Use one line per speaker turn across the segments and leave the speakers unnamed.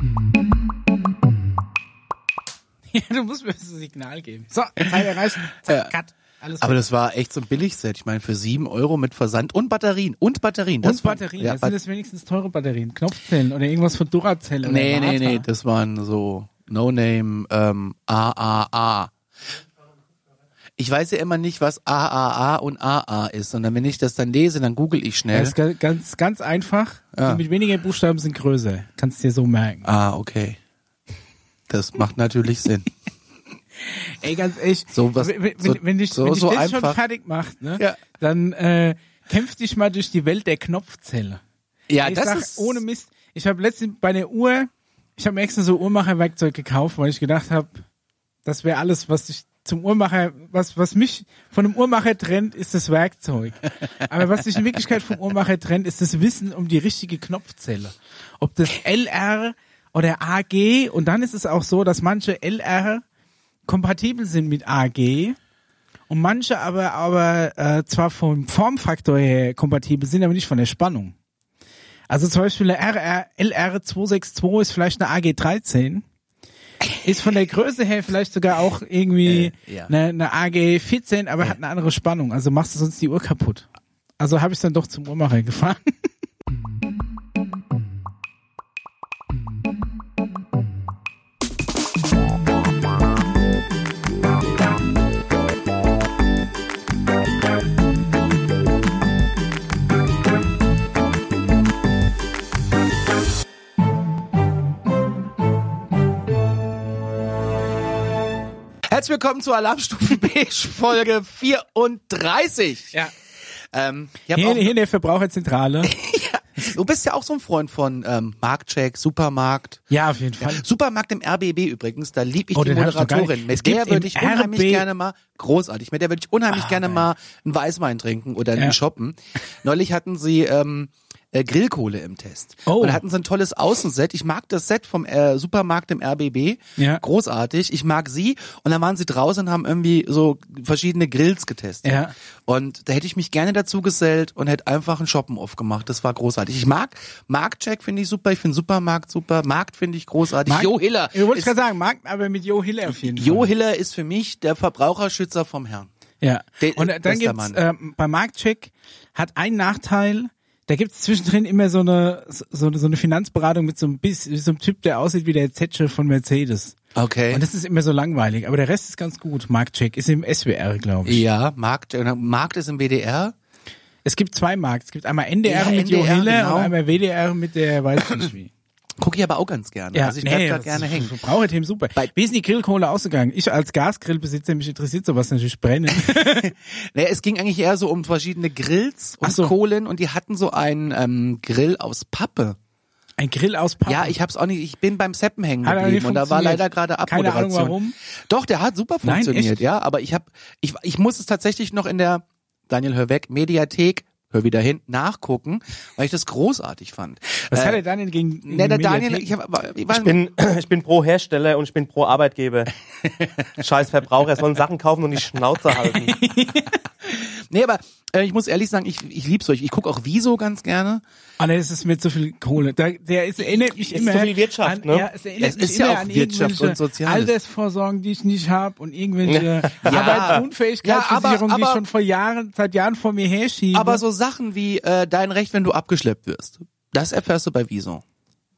Ja, du musst mir das Signal geben. So, Zeit erreicht. Zack,
Ja.
Cut. Alles
Aber
weg.
das war echt so ein Billigset. Ich meine, für sieben Euro mit Versand und Batterien. Und Batterien.
Und
war-
Batterien.
Ja,
das sind
Bat-
jetzt wenigstens teure Batterien. Knopfzellen oder irgendwas von Duracell oder
nee, nee,
Varta.
nee. Das waren so No-Name ähm, AAA. Ich weiß ja immer nicht, was AAA und AA ist. Und dann, wenn ich das dann lese, dann google ich
Ja,
schnell.
ist ga- ganz, ganz einfach.
Ja.
Die mit weniger Buchstaben sind größer. Kannst dir so merken.
ah, okay. Das macht natürlich Sinn.
Ey, ganz echt.
So was-
wenn, wenn,
so-
wenn dich,
so-
wenn dich das
so
schon
einfach.
fertig macht, ne,
Ja.
dann äh, kämpf dich mal durch die Welt der Knopfzelle.
Ja,
ich
das
sag,
ist
ohne Mist. Ich habe letztens bei der Uhr, ich habe mir extra so Uhrmacherwerkzeug gekauft, weil ich gedacht habe, das wäre alles, was ich zum Uhrmacher, was, was mich von einem Uhrmacher trennt, ist das Werkzeug. Aber was sich in Wirklichkeit vom Uhrmacher trennt, ist das Wissen um die richtige Knopfzelle. Ob das LR oder AG, und dann ist es auch so, dass manche LR kompatibel sind mit AG und manche aber, aber äh, zwar vom Formfaktor her kompatibel sind, aber nicht von der Spannung. Also zum Beispiel eine RR, LR262 ist vielleicht eine AG13. Ist von der Größe her vielleicht sogar auch irgendwie
Äh, ja.
eine, eine AG14, aber hat eine andere Spannung. Also machst du sonst die Uhr kaputt. Also habe ich dann doch zum Uhrmacher gefahren.
Herzlich willkommen zu Alarmstufe Beige Folge 34.
Ja.
Ähm, ich hab
Hier,
auch,
hier in der Verbraucherzentrale.
du bist ja auch so ein Freund von ähm, Marktcheck, Supermarkt.
Ja, auf jeden Fall.
Supermarkt im RBB übrigens, da lieb ich
Oh,
die
den hab ich noch gar
Moderatorin.
nicht. Es
Mit
gibt
der würde
im
ich unheimlich
RB
gerne mal, großartig, mit der würde ich unheimlich gerne mal einen Weißwein trinken oder einen
Ah, Ja.
shoppen. Neulich hatten sie ähm, äh, Grillkohle im Test.
Oh.
Und da hatten sie ein tolles Außenset. Ich mag das Set vom äh, Supermarkt im RBB.
Ja.
Großartig. Ich mag sie. Und dann waren sie draußen und haben irgendwie so verschiedene Grills getestet.
Ja.
Und da hätte ich mich gerne dazu gesellt und hätte einfach einen Shoppen aufgemacht. Das war großartig. Ich mag Marktcheck finde ich super, ich finde Supermarkt super, Markt finde ich großartig.
Mark-
Jo Hiller.
Ja, wollte ich
ist,
gerade sagen, Markt, aber mit Jo Hiller auf jeden
Jo
Fall.
Hiller ist für mich der Verbraucherschützer vom Herrn.
Ja.
Der-
und äh, dann
bester
gibt's
Mann.
äh, bei Marktcheck hat einen Nachteil, da gibt's zwischendrin immer so eine so, eine- so eine Finanzberatung mit so einem Biss, so einem Typ, der aussieht wie der Z-Chef von Mercedes.
Okay.
Und das ist immer so langweilig, aber der Rest ist ganz gut. Marktcheck ist im SWR, glaube ich.
ja, Markt, äh, Markt ist im WDR.
Es gibt zwei Markt. Es gibt einmal NDR
Ja,
mit Jo
NDR,
Hiller
genau.
und einmal WDR mit der weiß ich nicht wie.
Gucke ich aber auch ganz gerne. also ich bleib da gerne hängen.
Verbraucherthemen super.
Bei-
wie ist denn die Grillkohle ausgegangen? Ich als Gasgrillbesitzer, mich interessiert sowas natürlich brennen.
Naja, es ging eigentlich eher so um verschiedene Grills und
Ach so.
Kohlen und die hatten so einen ähm, Grill aus Pappe.
Ein Grill aus Pappe.
Ja, ich hab's auch nicht, ich bin beim Seppen hängen
Ah. Hat aber nicht
geblieben und da war
funktioniert.
leider gerade
Keine
Abmoderation.
Ahnung, warum.
Doch, der hat super
Nein,
funktioniert,
echt?
ja, aber ich hab ich ich muss es tatsächlich noch in der Daniel hör weg Mediathek hör wieder hin nachgucken, weil ich das großartig fand.
Was
Äh,
hat der Daniel gegen
Ne, der
gegen
Daniel,
Mediathek?
ich, hab, war- ich,
Ich bin, ich bin pro Hersteller und ich bin pro Arbeitgeber. Scheiß Verbraucher sollen Sachen kaufen und die Schnauze halten.
nee, aber äh, ich muss ehrlich sagen, ich, ich lieb's euch. Ich guck auch Wieso ganz gerne.
Ah, nee, das ist mir zu viel Kohle. Da, der ist, erinnert mich
Ist
immer.
zu viel
an,
Wirtschaft, ne?
Ja, es erinnert
Es
mich
ist ja
immer
auch
an
Wirtschaft
irgendwelche
und Soziales.
Altersvorsorgen, die ich nicht habe und irgendwelche Arbeitsunfähigkeitsversicherungen,
Ja, aber-
die ich
aber-
schon vor Jahren, seit Jahren vor mir herschiebe.
Aber so Sachen wie äh, dein Recht, wenn du abgeschleppt wirst, das erfährst du bei Wieso.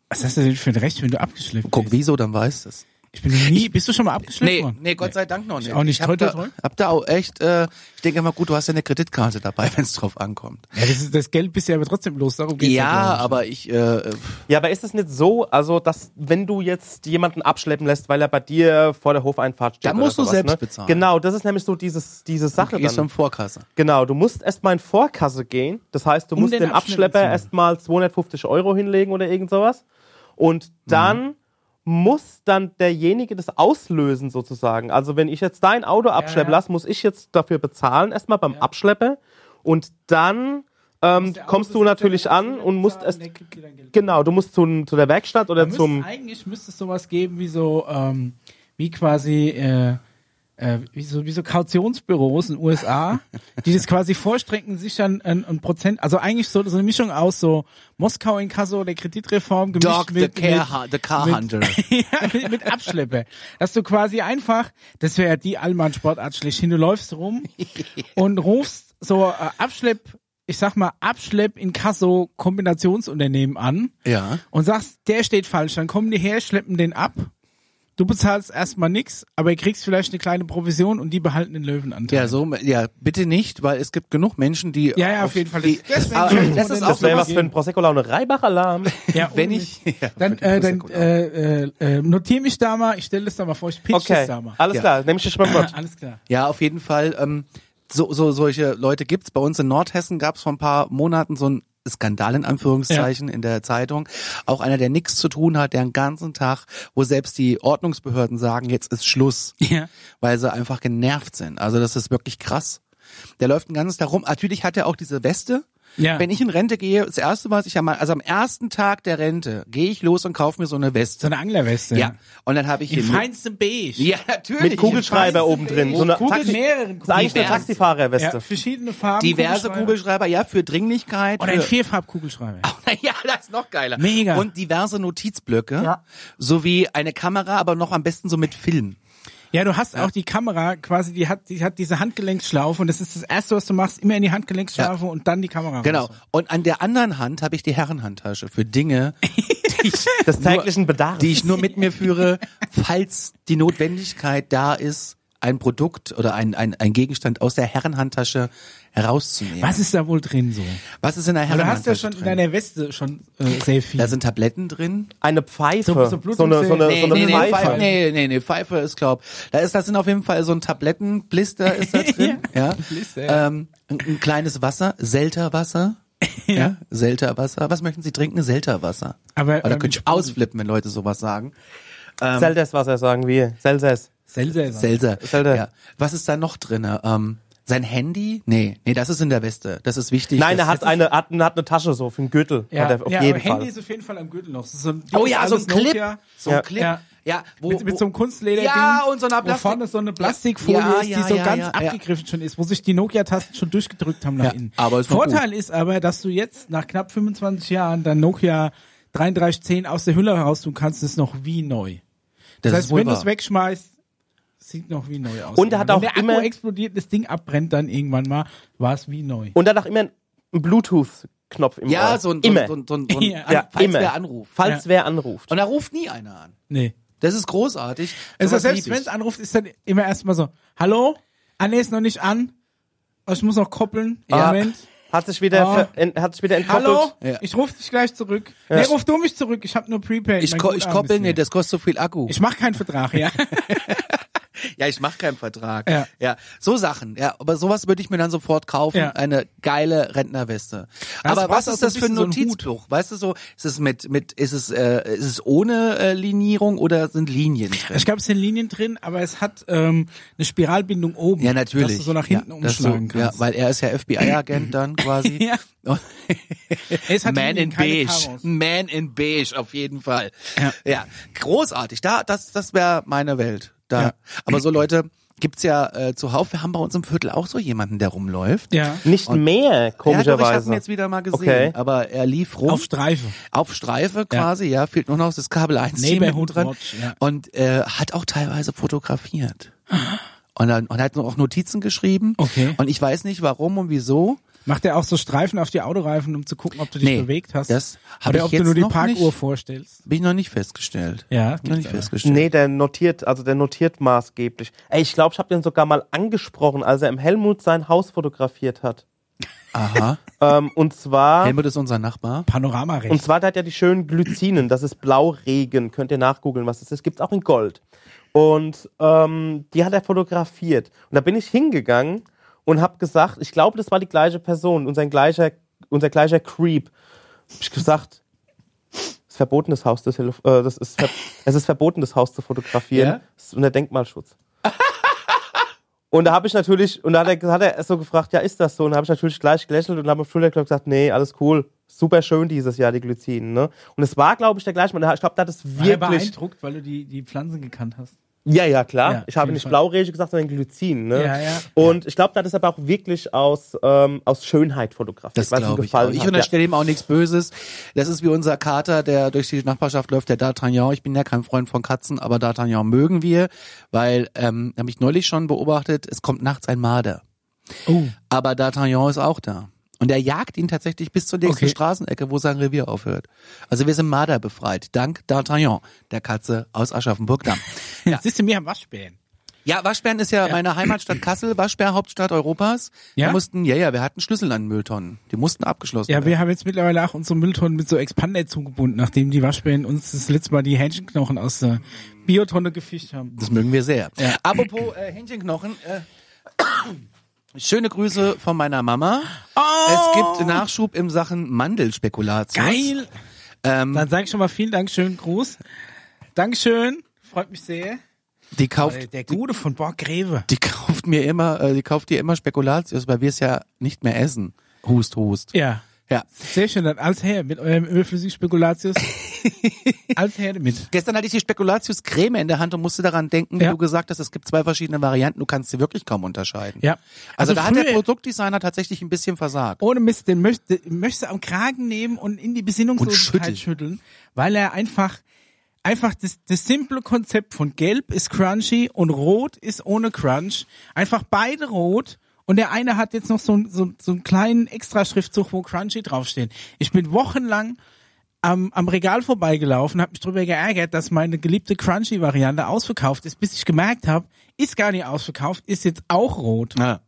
was hast du denn für ein Recht, wenn du abgeschleppt
Guck
bist?
Wieso, dann weißt du's.
Ich bin noch nie, bist du schon mal abgeschleppt
Nee,
worden?
nee, Gott sei Dank noch nicht.
auch nicht.
Ich hab
Toi, toi,
da,
toi.
hab da auch echt, äh, ich denke immer, gut, du hast ja eine Kreditkarte dabei, wenn es drauf ankommt.
Ja, das, ist, das Geld bist du aber trotzdem los, darum geht's
ja,
glaub
aber ich, äh,
Ja, aber ist es nicht so, also dass wenn du jetzt jemanden abschleppen lässt, weil er bei dir vor der Hofeinfahrt steht,
Dann musst du
oder sowas,
selbst
ne?
bezahlen.
Genau, das ist nämlich so dieses diese Sache
gehst dann
dann.
Vorkasse.
Genau, du musst erstmal in Vorkasse gehen. Das heißt, du
Um
musst
den
dem
Abschlepper zu
Abschlepper
machen.
erstmal 250 Euro hinlegen oder irgend sowas. Und dann muss dann derjenige das auslösen sozusagen. Also wenn ich jetzt dein Auto abschleppen
ja.
lasse, muss ich jetzt dafür bezahlen erstmal beim Abschlepper. Und dann ähm,
ich.
kommst du natürlich an und musst erst... Genau, du musst zu, zu der Werkstatt oder
Müsste-
zum...
eigentlich müsste es sowas geben wie so, ähm, wie quasi äh, äh, wie, so, wie so Kautionsbüros in den USA, die das quasi vorstrecken, sichern äh, ein, ein Prozent, also eigentlich so, so eine Mischung aus so Moskau in Kasso der Kreditreform gemischt
Dog the,
mit,
care,
mit,
hu- the Car Hunter.
ja, mit, mit Abschleppe. Dass du quasi einfach, das wäre ja die Allmann-Sportart schlechthin, du läufst rum und rufst so äh, Abschlepp, ich sag mal Abschlepp in Kasso Kombinationsunternehmen an
Ja.
und sagst, der steht falsch, dann kommen die her, schleppen den ab. Du bezahlst erstmal nix, aber ihr kriegst vielleicht eine kleine Provision und die behalten den Löwenanteil.
Ja, so, ja, bitte nicht, weil es gibt genug Menschen, die.
Ja, ja, auf
auf
jeden Fall.
Die,
Das- das-
aber das ist auch
Das wäre was
sowas,
für ein Prosecco-Laune. Reibach-Alarm.
Ja,
wenn
ohne
ich.
mich.
Ja,
Dann,
für die genau.
äh, dann
Prosecco-Laune.
äh, äh, äh, notier mich da mal, ich stelle das da mal vor, ich pitch das
Okay,
da mal.
alles
Ja.
klar. Nehme ich das schon mal mit.
Alles klar.
Ja, auf jeden Fall. Ähm, so, so solche Leute gibt's. Bei uns in Nordhessen gab's vor ein paar Monaten so einen Skandal in Anführungszeichen in der Zeitung. Auch einer, der nichts zu tun hat, der einen ganzen Tag, wo selbst die Ordnungsbehörden sagen, jetzt ist Schluss,
Ja.
weil sie einfach genervt sind. Also das ist wirklich krass. Der läuft den ganzen Tag rum. Natürlich hat er auch diese Weste.
Ja.
Wenn ich in Rente gehe, das erste, was ich am, also am ersten Tag der Rente, gehe ich los und kaufe mir so eine
So
Weste.
eine Anglerweste.
Ja. Und dann habe ich
In
den-
feinstem Beige.
Ja, natürlich.
Mit Kugelschreiber oben drin. So eine
Kugel-
Taxi
mehreren
das ist eigentlich eine
Kugelschreiber.
Ja,
Taxifahrerweste.
verschiedene Farben.
Diverse
Kugelschreiber.
Kugelschreiber, ja, für Dringlichkeit.
Oder ein
für-
Vierfarbkugelschreiber.
Ja, das ist noch geiler.
Mega.
Und diverse Notizblöcke,
Ja.
sowie eine Kamera, aber noch am besten so mit Film.
Ja, du hast auch die Kamera quasi, die hat, die hat diese Handgelenksschlaufe und das ist das Erste, was du machst, immer in die Handgelenksschlaufe und dann die Kamera.
Genau.
raus.
Und an der anderen Hand habe ich die Herrenhandtasche für Dinge, die ich,
Des täglichen Bedarfs.
die ich nur mit mir führe, falls die Notwendigkeit da ist, ein Produkt oder ein, ein, ein Gegenstand aus der Herrenhandtasche herauszunehmen.
Was ist da wohl drin so?
Was ist in der
Aber du
Herrenhandtasche
hast ja schon in
drin?
deiner Weste schon äh, sehr viel.
da sind Tabletten drin.
Eine Pfeife.
So-
So,
so Blut-
eine, so eine,
Nee,
so eine
nee, nee,
Pfeife.
Pfeife. nee, nee, nee, Pfeife ist glaub. Da ist, das sind auf jeden Fall so ein Tablettenblister ist da drin. ja.
Blister, ja.
ähm, ein, ein kleines Wasser, Selterwasser. ja. Selterwasser. Was möchten Sie trinken? Selterwasser.
Aber,
Oder
ähm,
könnte ich ausflippen, wenn Leute sowas sagen.
Seldes Wasser sagen wir. Seldes.
Selser.
Selter.
Selter.
Ja. Was ist da noch drin? Ähm, sein Handy? Nee, nee, das ist in der Weste. Das ist wichtig.
Nein,
das
er hat eine, hat, hat eine Tasche so für den Gürtel.
Ja,
Hat er auf
ja
jeden
aber Handy
Fall.
ist auf jeden Fall am Gürtel noch. Das ist So ein
Oh ja, so ein
alles Nokia.
Clip. So ein
Ja.
Clip.
Ja.
Ja. wo,
Mit, mit
wo-
so einem Kunstleder
Ja, und so einer
wo
Plastik-
vorne so eine Plastikfolie
Ja,
ist, die
ja,
so
ja,
ganz
ja, ja.
abgegriffen schon ist, wo sich die Nokia-Tasten schon durchgedrückt haben nach
Ja,
innen.
aber ist noch
Vorteil ist aber, dass du jetzt nach knapp 25 Jahren dein Nokia 3310 aus der Hülle heraus tun kannst, das ist noch wie neu. Das,
ist
heißt,
wohl
wenn du es
wahr.
wegschmeißt, sieht noch wie neu aus.
Und er hat
wenn
auch
der
immer-
Akku explodiert, das Ding abbrennt dann irgendwann mal, war es wie neu.
Und er hat auch immer einen Bluetooth-Knopf im
Ja,
Ohr.
so ein, so
immer.
ein, so ein, so ein, so ein
Ja,
An- falls
immer.
wer anruft.
Falls wer anruft.
Und da ruft nie einer an.
Nee.
Das ist großartig.
Also
Sowas
selbst
lieb
wenn es
ich.
anruft, ist dann immer erstmal so, hallo? Ah, nee, ist noch nicht an. Oh, Ich muss noch koppeln.
Ja.
Moment.
Hat sich wieder,
Ah.
ver- ent, hat sich wieder entkoppelt.
Hallo?
Ja.
Ich ruf dich gleich zurück. Nee, ruf du mich zurück. Ich habe nur Prepaid.
ich,
Mein
ko
Guthaben
ich koppel,
ist
nee,
hier.
das kostet so viel Akku.
Ich mach keinen Vertrag, ja.
ja, ich mache keinen Vertrag.
Ja.
ja, so Sachen. Ja, aber sowas würde ich mir dann sofort kaufen.
Ja.
Eine geile Rentnerweste.
Das
aber
braucht
was
auch
ist
so ein
das für ein
bisschen so einen Hut.
Notizbuch? weißt du so, ist es mit mit ist es äh, ist es ohne äh, Linierung oder sind Linien drin?
Ich glaube, es sind Linien drin, aber es hat ähm, eine Spiralbindung oben.
ja, natürlich.
Dass du so nach hinten
ja, dass du-
umschlagen kannst.
Ja, weil er ist ja FBI-Agent dann quasi.
Ja. es hat
Man
Linien,
in
keine
Beige.
Karos.
Man in Beige, auf jeden Fall.
Ja.
Ja, großartig. Da, das, das wäre meine Welt. Da.
Ja.
Aber so Leute gibt's ja äh, zuhauf. Wir haben bei uns im Viertel auch so jemanden, der rumläuft.
Ja.
Nicht mehr,
Ja, doch, ich hab
komischerweise.
ihn jetzt wieder mal gesehen.
Okay.
Aber er lief rum.
Auf Streife.
Auf Streife quasi, ja. Fehlt nur noch das Kabel 1 Team
Neighborhood
hinten dran.
Watch, ja.
Und äh, hat auch teilweise fotografiert. Und, dann, und hat auch Notizen geschrieben.
Okay.
Und ich weiß nicht warum und wieso.
Macht er auch so Streifen auf die Autoreifen, um zu gucken, ob du dich
Nee,
bewegt hast?
das hab
Oder
ich
ob du
jetzt
nur die
noch
Parkuhr
nicht.
vorstellst?
Bin ich noch nicht festgestellt.
Ja,
Noch
gibt's
nicht
aber.
festgestellt.
Nee, der notiert, also der notiert maßgeblich. Ey, ich glaube, ich habe den sogar mal angesprochen, als er im Helmut sein Haus fotografiert hat.
Aha.
ähm, und zwar,
Helmut ist unser Nachbar.
Panoramarecht.
und zwar, der hat ja die schönen Glycinen, das ist Blauregen, könnt ihr nachgoogeln, was das ist. Gibt's auch in Gold. Und ähm, die hat er fotografiert. Und da bin ich hingegangen und habe gesagt, ich glaube, das war die gleiche Person, unser gleicher, unser gleicher Creep. Hab ich gesagt, es ist verboten, das Haus zu tele- äh, das ist ver es ist verboten, das Haus zu fotografieren.
Ja?
Das ist unter Denkmalschutz. und da habe ich natürlich, und da hat er, hat er so gefragt, ja, ist das so? Und da habe ich natürlich gleich gelächelt und habe auf Schulterklopf gesagt, nee, alles cool. Super schön dieses Jahr, die Glycinen. Ne? Und es war, glaube ich, der gleiche Mann. Ich glaube, da hat es
War er
wirklich.
beeindruckt, weil du die, die Pflanzen gekannt hast.
Ja, ja, klar.
Ja, auf
ich habe
jeden
nicht
Fall.
Blaurege gesagt, sondern Glycin. Ne?
Ja, ja.
Und ich glaube, da hat es aber auch wirklich aus, ähm, aus Schönheit fotografiert.
Das
was ihm
glaube ich. Auch.
gefallen
Ich
hat. Ja.
unterstelle ihm auch nichts Böses. Das ist wie unser Kater, der durch die Nachbarschaft läuft, der D'Artagnan. Ich bin ja kein Freund von Katzen, aber D'Artagnan mögen wir, weil, ähm, habe ich neulich schon beobachtet, es kommt nachts ein Marder.
Oh.
Aber D'Artagnan ist auch da. Und er jagt ihn tatsächlich bis zur nächsten
Okay.
Straßenecke, wo sein Revier aufhört. Also wir sind Marder befreit, dank D'Artagnan, der Katze aus Aschaffenburg-Damm.
Ja. Siehst du, wir haben Waschbären.
Ja, Waschbären ist ja, meine Heimatstadt Kassel, Waschbär Hauptstadt Europas.
Ja?
Wir mussten, ja, ja, wir hatten Schlüssel an Mülltonnen. Die mussten abgeschlossen
Ja,
werden.
wir haben jetzt mittlerweile auch unsere Mülltonnen mit so Expander zugebunden, nachdem die Waschbären uns das letzte Mal die Hähnchenknochen aus der Biotonne gefischt haben.
Das mögen wir sehr. Apropos äh, Hähnchenknochen. Äh, Schöne Grüße von meiner Mama.
Oh!
Es gibt Nachschub im Sachen Mandelspekulatius.
Geil!
Ähm.
Dann sage ich schon mal vielen Dank, schönen Gruß. Dankeschön, freut mich sehr.
Die kauft,
Der, der Gute von Borgreve.
die kauft mir immer, äh, die kauft dir immer Spekulatius, weil wir es ja nicht mehr essen. Hust, hust.
Ja.
Ja.
Sehr schön, dann alles her mit eurem überflüssigen Spekulatius. alles her damit.
Gestern hatte ich die Spekulatius-Creme in der Hand und musste daran denken, wie
Ja.
du gesagt hast, es gibt zwei verschiedene Varianten, du kannst sie wirklich kaum unterscheiden.
Ja.
Also,
Also
da hat der
früher-
Produktdesigner tatsächlich ein bisschen versagt.
Ohne Mist, den möchte, möchte am Kragen nehmen und in die Besinnungslosigkeit
Und schütteln.
schütteln. weil er einfach, einfach das, das simple Konzept von Gelb ist crunchy und Rot ist ohne Crunch. Einfach beide rot und der eine hat jetzt noch so, ein- so, so einen kleinen Extraschriftzug, wo crunchy draufsteht. Ich bin wochenlang am, am Regal vorbeigelaufen, habe mich darüber geärgert, dass meine geliebte Crunchy-Variante ausverkauft ist, bis ich gemerkt habe, ist gar nicht ausverkauft, ist jetzt auch rot.
Ja. Habe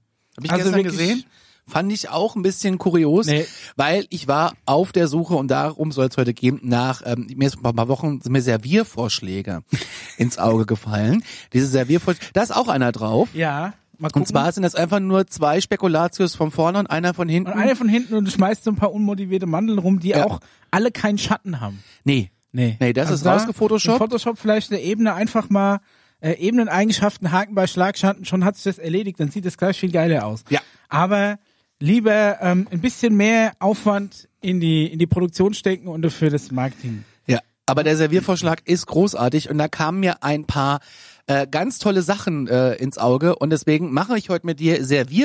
ich
Also
gestern
wirklich-
gesehen. Fand ich auch ein bisschen kurios,
Nee.
weil ich war auf der Suche und darum soll es heute gehen, nach, ähm, mir ist vor ein paar Wochen sind mir Serviervorschläge ins Auge gefallen. Diese Serviervorschläge, da ist auch einer drauf.
Ja, mal gucken.
Und zwar sind das einfach nur zwei Spekulatius von vorne und einer von hinten.
Und einer von hinten und du schmeißt so ein paar unmotivierte Mandeln rum, die
Ja.
auch alle keinen Schatten haben.
nee.
Nee. Also
Nee, das ist
da
rausgefotoshoppt.
In Photoshop vielleicht eine Ebene einfach mal, äh, Ebeneneigenschaften, Haken bei Schlagschatten, schon hat sich das erledigt, dann sieht das gleich viel geiler aus.
Ja.
Aber lieber ähm, ein bisschen mehr Aufwand in die, in die Produktion stecken und dafür das Marketing.
Ja, aber der Serviervorschlag ist großartig und da kamen mir ein paar äh, ganz tolle Sachen äh, ins Auge und deswegen mache ich heute mit dir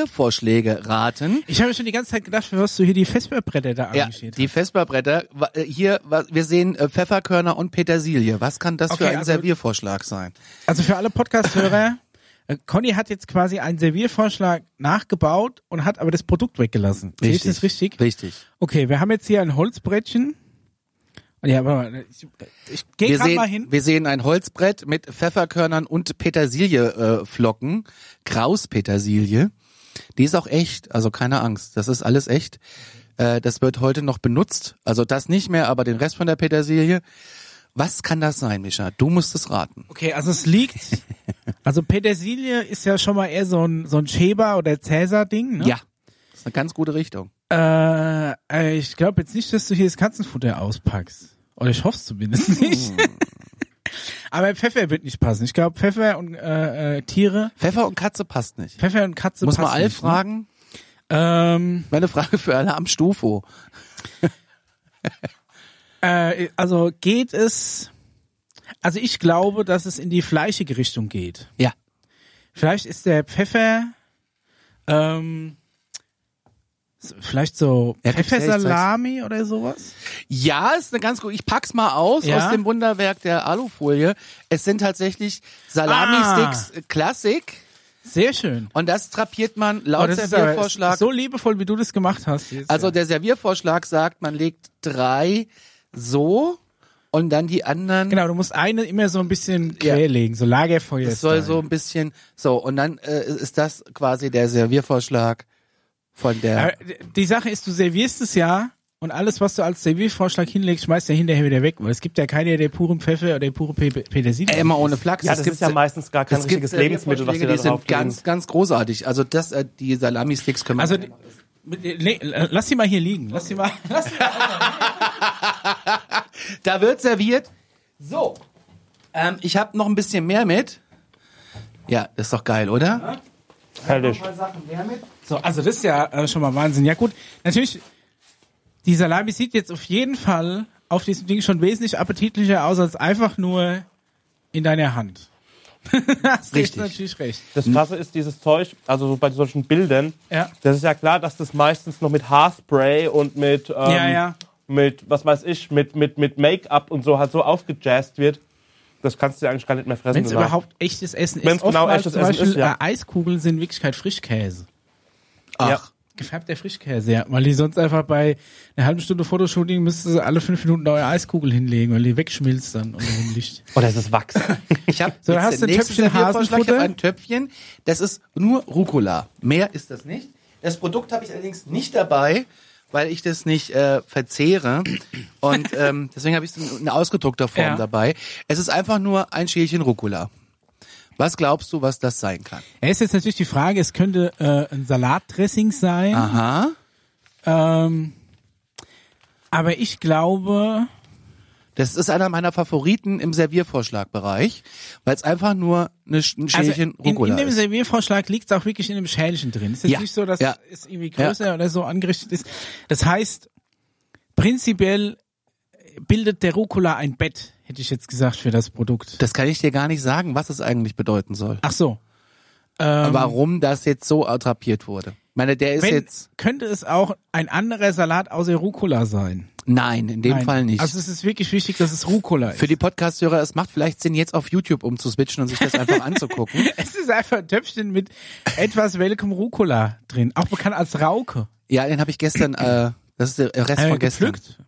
Serviervorschläge raten.
Ich habe schon die ganze Zeit gedacht, für was du hier die Vesperbretter da
Ja,
angeschnitten
die Vesperbretter. Wa- äh, Hier, wa- wir sehen äh, Pfefferkörner und Petersilie. Was kann das
Okay,
für ein
also-
Serviervorschlag sein?
Also für alle Podcast-Hörer, äh, Conny hat jetzt quasi einen Serviervorschlag nachgebaut und hat aber das Produkt weggelassen. Sehe ich das richtig?
Richtig.
Okay, wir haben jetzt hier ein Holzbrettchen. Ja, aber ich, ich gehe
Wir
gerade
sehen,
mal hin.
wir sehen ein Holzbrett mit Pfefferkörnern und Petersilieflocken. Äh, Flocken. Krauspetersilie. Die ist auch echt, also keine Angst. Das ist alles echt. Äh, das wird heute noch benutzt. Also das nicht mehr, aber den Rest von der Petersilie. Was kann das sein, Mischa? Du musst es raten.
Okay, also es liegt. Also Petersilie ist ja schon mal eher so ein so ein Schäber oder Cäsar Ding, ne?
ja. Das ist eine ganz gute Richtung.
Ja. Äh, äh, ich glaube jetzt nicht, dass du hier das Katzenfutter auspackst. Oder ich hoffe es zumindest
Hm.
nicht. aber Pfeffer wird nicht passen. Ich glaube Pfeffer und äh, äh, Tiere,
Pfeffer und Katze passt nicht.
Pfeffer und Katze
Muss man
passen
Alf
nicht, ne?
fragen?
Ähm,
Meine Frage für alle am Stufo.
äh, also geht es. Also ich glaube, dass es in die fleischige Richtung geht.
Ja.
Vielleicht ist der Pfeffer. Ähm, s- vielleicht so
Ja, gibt's ja, ich
Pfeffersalami oder sowas.
Ja, ist eine ganz gute. Ich pack's mal aus
Ja.
aus dem Wunderwerk der Alufolie. Es sind tatsächlich Salami-Sticks
Ah.
äh, Classic
Sehr schön.
und das trapiert man
Oh,
laut
das ist aber
Serviervorschlag.
so liebevoll, wie du das gemacht hast. Jetzt,
also
ja.
der Serviervorschlag sagt, man legt drei so und dann die anderen.
genau, du musst eine immer so ein bisschen
Ja.
quer legen, so Lagerfeuer.
Das soll so ein bisschen so und dann äh, ist das quasi der Serviervorschlag von der.
Aber Äh, Die Sache ist, du servierst es ja und alles, was du als Serviervorschlag hinlegst, schmeißt du ja hinterher wieder weg, weil es gibt ja keine der puren Pfeffer oder der pure Pe Petersilie.
Ähm.
Äh, immer ohne Flachs.
Ja,
es
das
gibt
ist ja meistens gar kein
es gibt
richtiges Lebensmittel, was wir da
Serviervorschläge, die
drauf
sind ganz, ganz großartig. Also das, äh, die Salami-Sticks können wir
Also die- mit- le- lass sie mal hier liegen. Lass sie mal. Lass sie mal.
Da wird serviert. So, ähm, ich habe noch ein bisschen mehr mit. Ja, das ist doch geil, oder?
Herrlich.
So, also das ist ja äh, schon mal Wahnsinn. Ja gut, natürlich, die Salami sieht jetzt auf jeden Fall auf diesem Ding schon wesentlich appetitlicher aus, als einfach nur in deiner Hand. Hast du jetzt
Richtig.
natürlich recht.
Das Krasse ist dieses Zeug, also bei solchen Bildern,
Ja.
das ist ja klar, dass das meistens noch mit Haarspray und mit, ähm,
Ja, ja.
mit was weiß ich, mit, mit, mit Make-up und so halt so aufgejazzt wird. Das kannst du ja eigentlich gar nicht mehr fressen.
Wenn es
danach.
überhaupt echtes Essen ist,
Wenn's genau
oftmals
echtes
zum
Essen
Beispiel
ist, ja.
äh, Eiskugeln sind in Wirklichkeit Frischkäse.
Ach,
Ja.
Gefärbter Frischkäse, ja. Weil die sonst einfach bei einer halben Stunde Fotoshooting müsste sie alle fünf Minuten neue Eiskugel hinlegen, weil die wegschmilzt dann unter dem Licht.
Oh,
Oder es ist Wachs.
ich habe
So, da hast du ein Töpfchen
Ich habe
Hasenfutter.
ein Töpfchen, das ist nur Rucola. Mehr ist das nicht. Das Produkt habe ich allerdings nicht dabei, weil ich das nicht äh, verzehre. Und ähm, deswegen habe ich es in, in ausgedruckter Form
Ja.
dabei. Es ist einfach nur ein Schälchen Rucola. Was glaubst du, was das sein kann?
Es ist jetzt natürlich die Frage, es könnte äh, ein Salatdressing sein.
Aha.
Ähm, aber ich glaube,
Das ist einer meiner Favoriten im Serviervorschlagbereich, weil es einfach nur eine, Sch- ein
also
Schälchen
in, in
Rucola
dem
ist.
Serviervorschlag liegt es auch wirklich in einem Schälchen drin. Es ist
Ja,
jetzt nicht so, dass
ja.
es irgendwie größer oder so angerichtet ist. Das heißt, prinzipiell bildet der Rucola ein Bett, hätte ich jetzt gesagt, für das Produkt.
Das kann ich dir gar nicht sagen, was es eigentlich bedeuten soll.
Ach so.
Warum das jetzt so attrapiert wurde. Ich meine, der ist
Ähm. Wenn,
jetzt.
Könnte es auch ein anderer Salat außer Rucola sein?
Nein, in dem
Nein.
Fall nicht.
Also es ist wirklich wichtig, dass es Rucola ist.
Für die Podcast-Hörer, es macht vielleicht Sinn, jetzt auf YouTube umzuswitchen und sich das einfach anzugucken.
es ist einfach ein Töpfchen mit etwas welkem Rucola drin, auch bekannt als Rauke.
Ja, den habe ich gestern, äh, das ist der Rest
Äh,
von gestern.
gepflückt?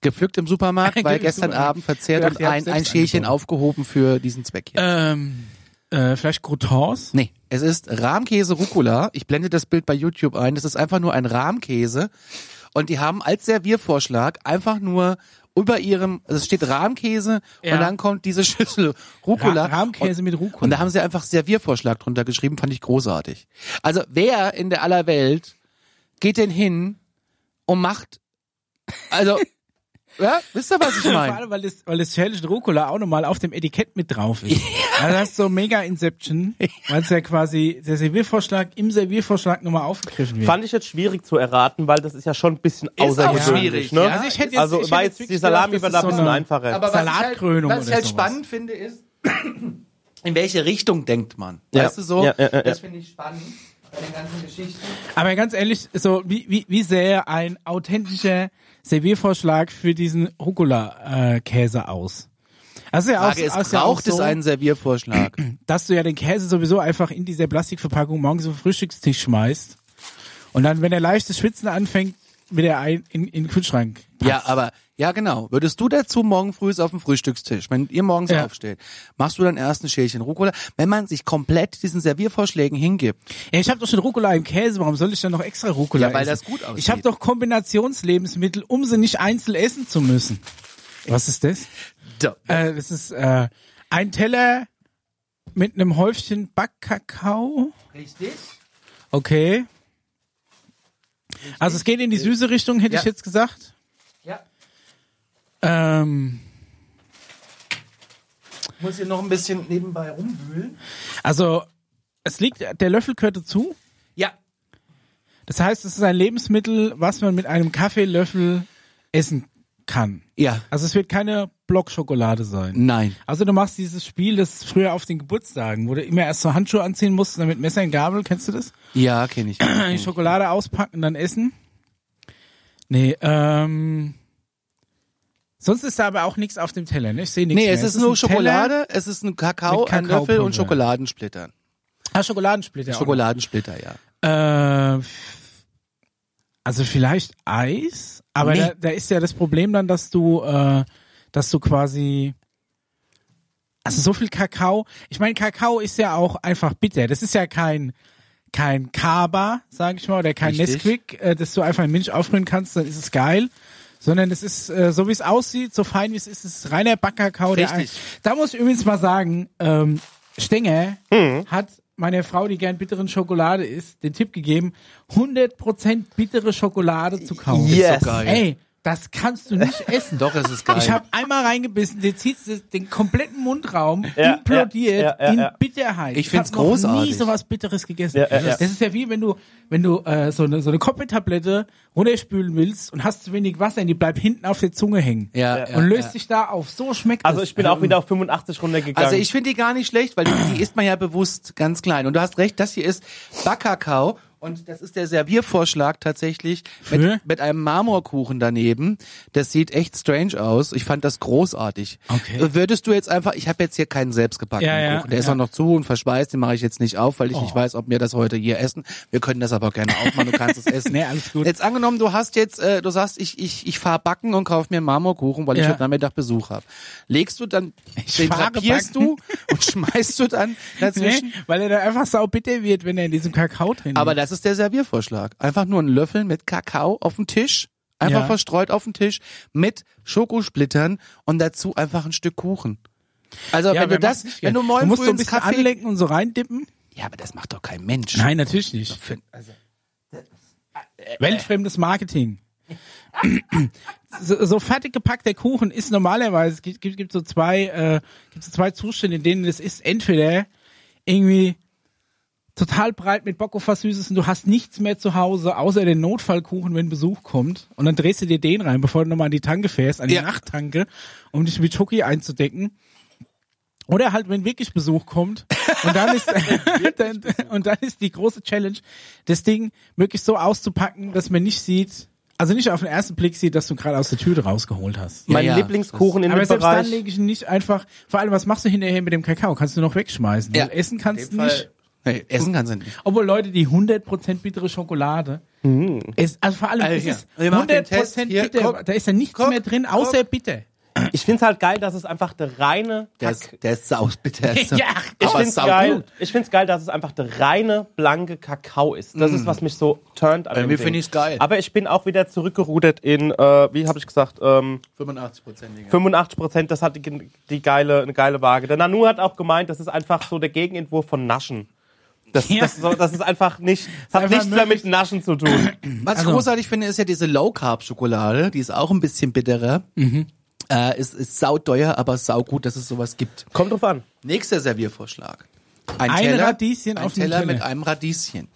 Gepflückt im Supermarkt, weil
Gepflückt im
gestern
Supermarkt.
Abend verzehrt
Ja,
und
die haben
ein, ein
selbst
Schälchen
angebaut.
aufgehoben für diesen Zweck hier.
Ähm, äh, vielleicht Croutons?
Nee, es ist Rahmkäse Rucola. Ich blende das Bild bei YouTube ein. Das ist einfach nur ein Rahmkäse. Und die haben als Serviervorschlag einfach nur über ihrem, also es steht Rahmkäse
Ja.
und dann kommt diese Schüssel Rucola.
Ra- Rahmkäse
und,
mit Rucola.
Und da haben sie einfach Serviervorschlag drunter geschrieben, fand ich großartig. Also wer in der aller Welt geht denn hin und macht, also, ja, wisst ihr, was ich
Vor
meine?
allem, weil das, weil das schälischen Rucola auch nochmal auf dem Etikett mit drauf ist. Also das ist so mega Inception, weil es ja quasi der Serviervorschlag im Serviervorschlag nochmal aufgegriffen wird.
Fand ich jetzt schwierig zu erraten, weil das ist ja schon ein bisschen außergewöhnlich.
schwierig,
Ne?
ja.
Also,
Also ich
hätte jetzt- ich
war
hätte jetzt
jetzt die
wirklich gedacht,
Salami
das
war
ist
da ein
so
bisschen
eine-
einfacher.
Aber
Salatkrönung
Was ich halt, was ich
oder
halt
sowas.
spannend finde, ist, in welche Richtung denkt man.
Ja.
Weißt du so?
Ja, ja, ja,
das
ja.
finde ich spannend bei den ganzen Geschichten.
Aber ganz ehrlich, so wie, wie, wie sähe ein authentischer Serviervorschlag für diesen Rucola-Käse aus? Also ja
Frage
auch,
ist,
auch- ja auch
braucht es
so,
einen Serviervorschlag?
dass du ja den Käse sowieso einfach in dieser Plastikverpackung morgens auf den Frühstückstisch schmeißt und dann, wenn er leichtes Schwitzen anfängt, wieder ein, in, in den Kühlschrank. packst.
ja, aber ja genau. Würdest du dazu morgen früh auf dem Frühstückstisch, wenn ihr morgens
Ja.
aufsteht, machst du dann erst ein Schälchen Rucola? Wenn man sich komplett diesen Serviervorschlägen hingibt,
Ja, ich habe doch schon Rucola im Käse, warum soll ich dann noch extra Rucola
Ja, weil
essen?
das gut aussieht.
Ich habe doch Kombinationslebensmittel, um sie nicht einzeln essen zu müssen. Was ist das?
da,
Äh, das ist äh, ein Teller mit einem Häufchen Backkakao.
richtig?
Okay. Also es geht in die süße Richtung, hätte
Ja.
ich jetzt gesagt.
Ja.
Ähm,
Ich muss hier noch ein bisschen nebenbei rumwühlen.
also es liegt, der Löffel gehört dazu.
Ja.
Das heißt, es ist ein Lebensmittel, was man mit einem Kaffeelöffel essen kann.
Ja.
Also es wird keine Blockschokolade sein.
Nein.
Also du machst dieses Spiel, das früher auf den Geburtstagen, wo du immer erst so Handschuhe anziehen musst, dann mit Messer und Gabel, kennst du das?
Ja, kenne ich.
Die Schokolade auspacken, dann essen. Nee, ähm. Sonst ist da aber auch nichts auf dem Teller, ne? Ich sehe nichts.
Nee,
mehr.
es ist nur
ein Teller-
Schokolade, es ist ein Kakao,
mit
ein Löffel
Kakaopulver.
und Schokoladensplitter.
Ah, Schokoladensplitter. auch
Schokoladensplitter, ja.
noch. Äh, f- also vielleicht Eis, aber
Nee.
da, da ist ja das Problem dann, dass du, äh, dass du quasi. Also so viel Kakao. Ich meine, Kakao ist ja auch einfach bitter. Das ist ja kein kein Kaba, sage ich mal, oder kein
Richtig.
Nesquik, äh, dass du einfach in Milch aufrühren kannst, dann ist es geil. Sondern es ist, äh, so wie es aussieht, so fein wie es ist, es ist reiner Backkakao. der
Richtig.
ein- Da muss ich übrigens mal sagen, ähm, Stenger
Mhm.
hat meiner Frau, die gern bitteren Schokolade isst, den Tipp gegeben, 100% bittere Schokolade zu kaufen.
Yes.
So geil.
Ey, Das kannst du nicht essen.
Doch, es ist geil.
Ich habe einmal reingebissen, dir zieht den kompletten Mundraum,
Ja,
implodiert
ja, ja, ja,
in
ja.
Bitterheit.
Ich find's
hab noch nie
großartig.
so was Bitteres gegessen.
Ja, ja, ja.
Das ist ja wie wenn du, wenn du äh, so eine, so eine Koppeltablette runterspülen willst und hast zu wenig Wasser und die bleibt hinten auf der Zunge hängen.
Ja, ja,
und löst
ja.
dich da auf. So schmeckt
Also
es.
ich bin auch wieder auf 85 runtergegangen.
Also ich finde die gar nicht schlecht, weil die, die isst man ja bewusst ganz klein. Und du hast recht, das hier ist Backakao. Und das ist der Serviervorschlag tatsächlich
Für?
mit, mit einem Marmorkuchen daneben. Das sieht echt strange aus. Ich fand das großartig.
Okay.
Äh, Würdest du jetzt einfach, ich habe jetzt hier keinen selbstgebackenen
Ja, ja,
Kuchen. Der ist
ja.
auch noch zu und verschweißt, den mache ich jetzt nicht auf, weil ich nicht
Oh.
weiß, ob wir das heute hier essen. Wir können das aber gerne aufmachen, du kannst es essen.
Nee, alles gut.
Jetzt angenommen, du hast jetzt, äh, du sagst, ich, ich, ich fahr backen und kauf mir einen Marmorkuchen, weil ich
Ja.
heute Nachmittag Besuch habe. Legst du dann
Ich
den
fahre
drapierst
backen.
du und schmeißt du dann
Nee,
dazwischen.
Äh, ne? weil er da einfach saubitter wird, wenn er in diesem Kakao drin
Aber
ist.
das ist der Serviervorschlag. Einfach nur ein Löffel mit Kakao auf dem Tisch. Einfach
Ja.
verstreut auf dem Tisch mit Schokosplittern und dazu einfach ein Stück Kuchen. Also
Ja,
wenn du
wer macht's
das,
nicht gern?
wenn du morgen
musst
früh
so ein
ins
bisschen
Café-
anlenken und so reindippen.
Ja, aber das macht doch kein Mensch.
Nein, natürlich nicht.
Für- Also, äh,
Weltfremdes Marketing. so, so fertig gepackter Kuchen ist normalerweise, es gibt, gibt, gibt so zwei, äh, gibt so zwei Zustände, in denen das ist. Entweder irgendwie total breit mit Bock auf was Süßes und du hast nichts mehr zu Hause, außer den Notfallkuchen, wenn Besuch kommt. Und dann drehst du dir den rein, bevor du nochmal an die Tanke fährst, an die
Ja.
Nachttanke, um dich mit Schoki einzudecken. Oder halt, wenn wirklich Besuch kommt. Und dann ist, dann, und dann ist die große Challenge, das Ding möglichst so auszupacken, dass man nicht sieht, also nicht auf den ersten Blick sieht, dass du gerade aus der Tür rausgeholt hast.
mein
Ja, ja,
Lieblingskuchen in
Aber
dem
selbst dann
Bereich.
lege ich ihn nicht einfach, vor allem, was machst du hinterher mit dem Kakao? Kannst du noch wegschmeißen?
Ja.
Weil essen kannst du
Fall-
nicht.
nee, essen kannst du nicht.
Obwohl Leute, die 100% bittere Schokolade, es, also vor allem,
Mhm. Also
es
hier,
ist
wir machen den
100%
Test hier.
bitter,
Guck,
da ist ja nichts
guck,
mehr drin, außer bitter.
Ich finde es halt geil, dass es einfach der reine
Der ist, der ist saubitter.
Ja,
Ich
aber
find's
sau
geil.
gut.
Ich find's geil, dass es einfach der reine blanke Kakao ist. Das ist was mich so turnt
Mm.
an.
Bei
dem
mir
Ding.
find ich's geil.
Aber ich bin auch wieder zurückgerudert in, äh, wie habe ich gesagt, ähm,
85-prozentiger.
85 Prozent. Das hat die, die geile, eine geile Waage. Der Nanu hat auch gemeint, das ist einfach so der Gegenentwurf von Naschen. Das,
Ja.
das, so, das ist einfach nicht, das hat
einfach
nichts mehr mit
möglichst-
Naschen zu tun.
Was ich
Also-
großartig finde, ist ja diese Low Carb Schokolade, die ist auch ein bisschen bitterer.
Mhm.
Äh, ist, ist sauteuer, aber saugut, dass es sowas gibt.
Kommt drauf an.
Nächster Serviervorschlag. Ein,
Ein Radieschen
ein
auf dem
Teller,
Teller.
mit einem Radieschen.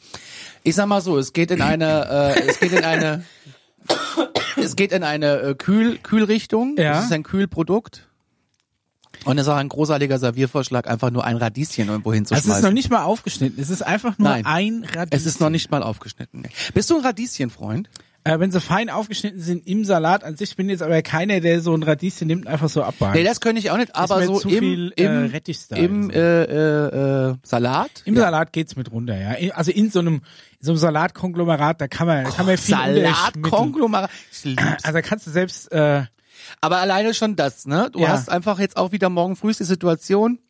Ich sag mal so, es geht in eine, äh, es geht in eine, es geht in eine äh, Kühl, Kühlrichtung.
Ja.
Es ist ein Kühlprodukt. Und es ist auch ein großartiger Serviervorschlag, einfach nur ein Radieschen irgendwo
Also
hinzuschmeißen.
es ist noch nicht mal aufgeschnitten, es ist einfach nur
Nein.
ein Radieschen.
es ist noch nicht mal aufgeschnitten. nee. Bist du ein Radieschenfreund?
Äh, wenn sie fein aufgeschnitten sind im Salat an sich, bin jetzt aber keiner, der so ein Radieschen nimmt, und einfach so abbackt.
Nee, das könnte ich auch nicht, aber
mir
so
zu
im,
viel, äh,
im,
Rettich-Style.
im äh, äh, äh, Salat.
Im Salat geht's mit runter, ja. In- Also in so einem, in so einem Salatkonglomerat, da kann man, da kann man viel unterschmitteln.
Salatkonglomerat. Ich lieb's.
Also da kannst du selbst, äh,
Aber alleine schon das, ne? Du
Ja.
hast einfach jetzt auch wieder morgen früh die Situation.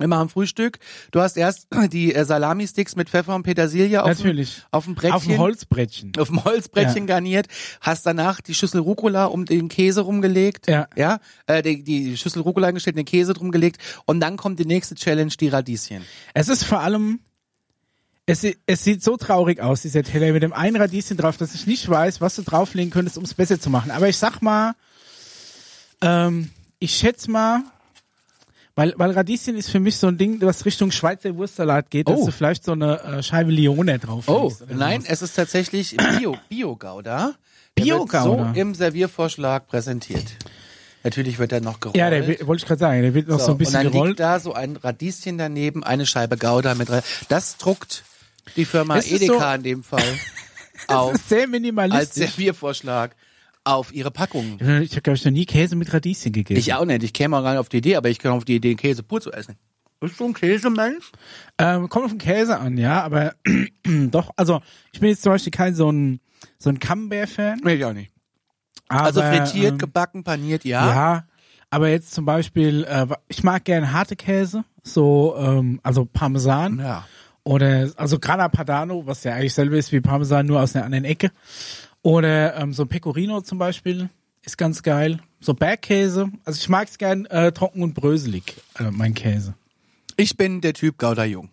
Wir machen Frühstück. Du hast erst die äh, Salami-Sticks mit Pfeffer und Petersilie auf
Natürlich.
dem auf dem Brettchen.
auf dem Holzbrettchen.
auf dem Holzbrettchen garniert, hast danach die Schüssel Rucola um den Käse rumgelegt,
Ja.
ja äh, die, die Schüssel Rucola hingestellt, den Käse drumgelegt und dann kommt die nächste Challenge, die Radieschen.
Es ist vor allem, es, sie- es sieht so traurig aus, dieser Teller mit dem einen Radieschen drauf, dass ich nicht weiß, was du drauflegen könntest, um es besser zu machen. Aber ich sag mal, ähm, ich schätze mal, weil, weil Radieschen ist für mich so ein Ding, was Richtung Schweizer Wurstsalat geht,
Oh.
dass du vielleicht so eine äh, Scheibe Lione drauf
Oh,
legst oder
nein,
sowas.
es ist tatsächlich Bio, Bio-Gouda. Der wird
Bio-Gouda.
So im Serviervorschlag präsentiert. Natürlich wird er noch gerollt.
Ja, der wird- wollte ich gerade sagen, der wird noch so, ein bisschen
und dann liegt
gerollt.
da so ein Radieschen daneben, eine Scheibe Gouda mit rein. Das druckt die Firma
Das ist
Edeka
so-
in dem Fall auf
Das ist sehr
als
minimalistisch.
Serviervorschlag auf ihre Packung.
Ich habe, glaube ich, noch nie Käse mit Radieschen gegessen.
Ich auch nicht, ich käme auch gar nicht auf die Idee, aber ich komme auf die Idee, Käse pur zu essen. Bist du ein Käsemensch?
Ähm, kommt auf den Käse an, ja, aber doch, also ich bin jetzt zum Beispiel kein so ein, so ein Camembert-Fan.
Nee, ich auch nicht.
aber,
Also frittiert,
ähm,
gebacken, paniert, ja.
ja, aber jetzt zum Beispiel, äh, ich mag gerne harte Käse, so, ähm, also Parmesan
ja.
oder, also Grana Padano, was ja eigentlich selber ist wie Parmesan, nur aus einer anderen Ecke. Oder ähm, so Pecorino zum Beispiel, ist ganz geil. So Bergkäse, also ich mag es gern äh, trocken und bröselig, äh, mein Käse.
Ich bin der Typ Gouda Jung.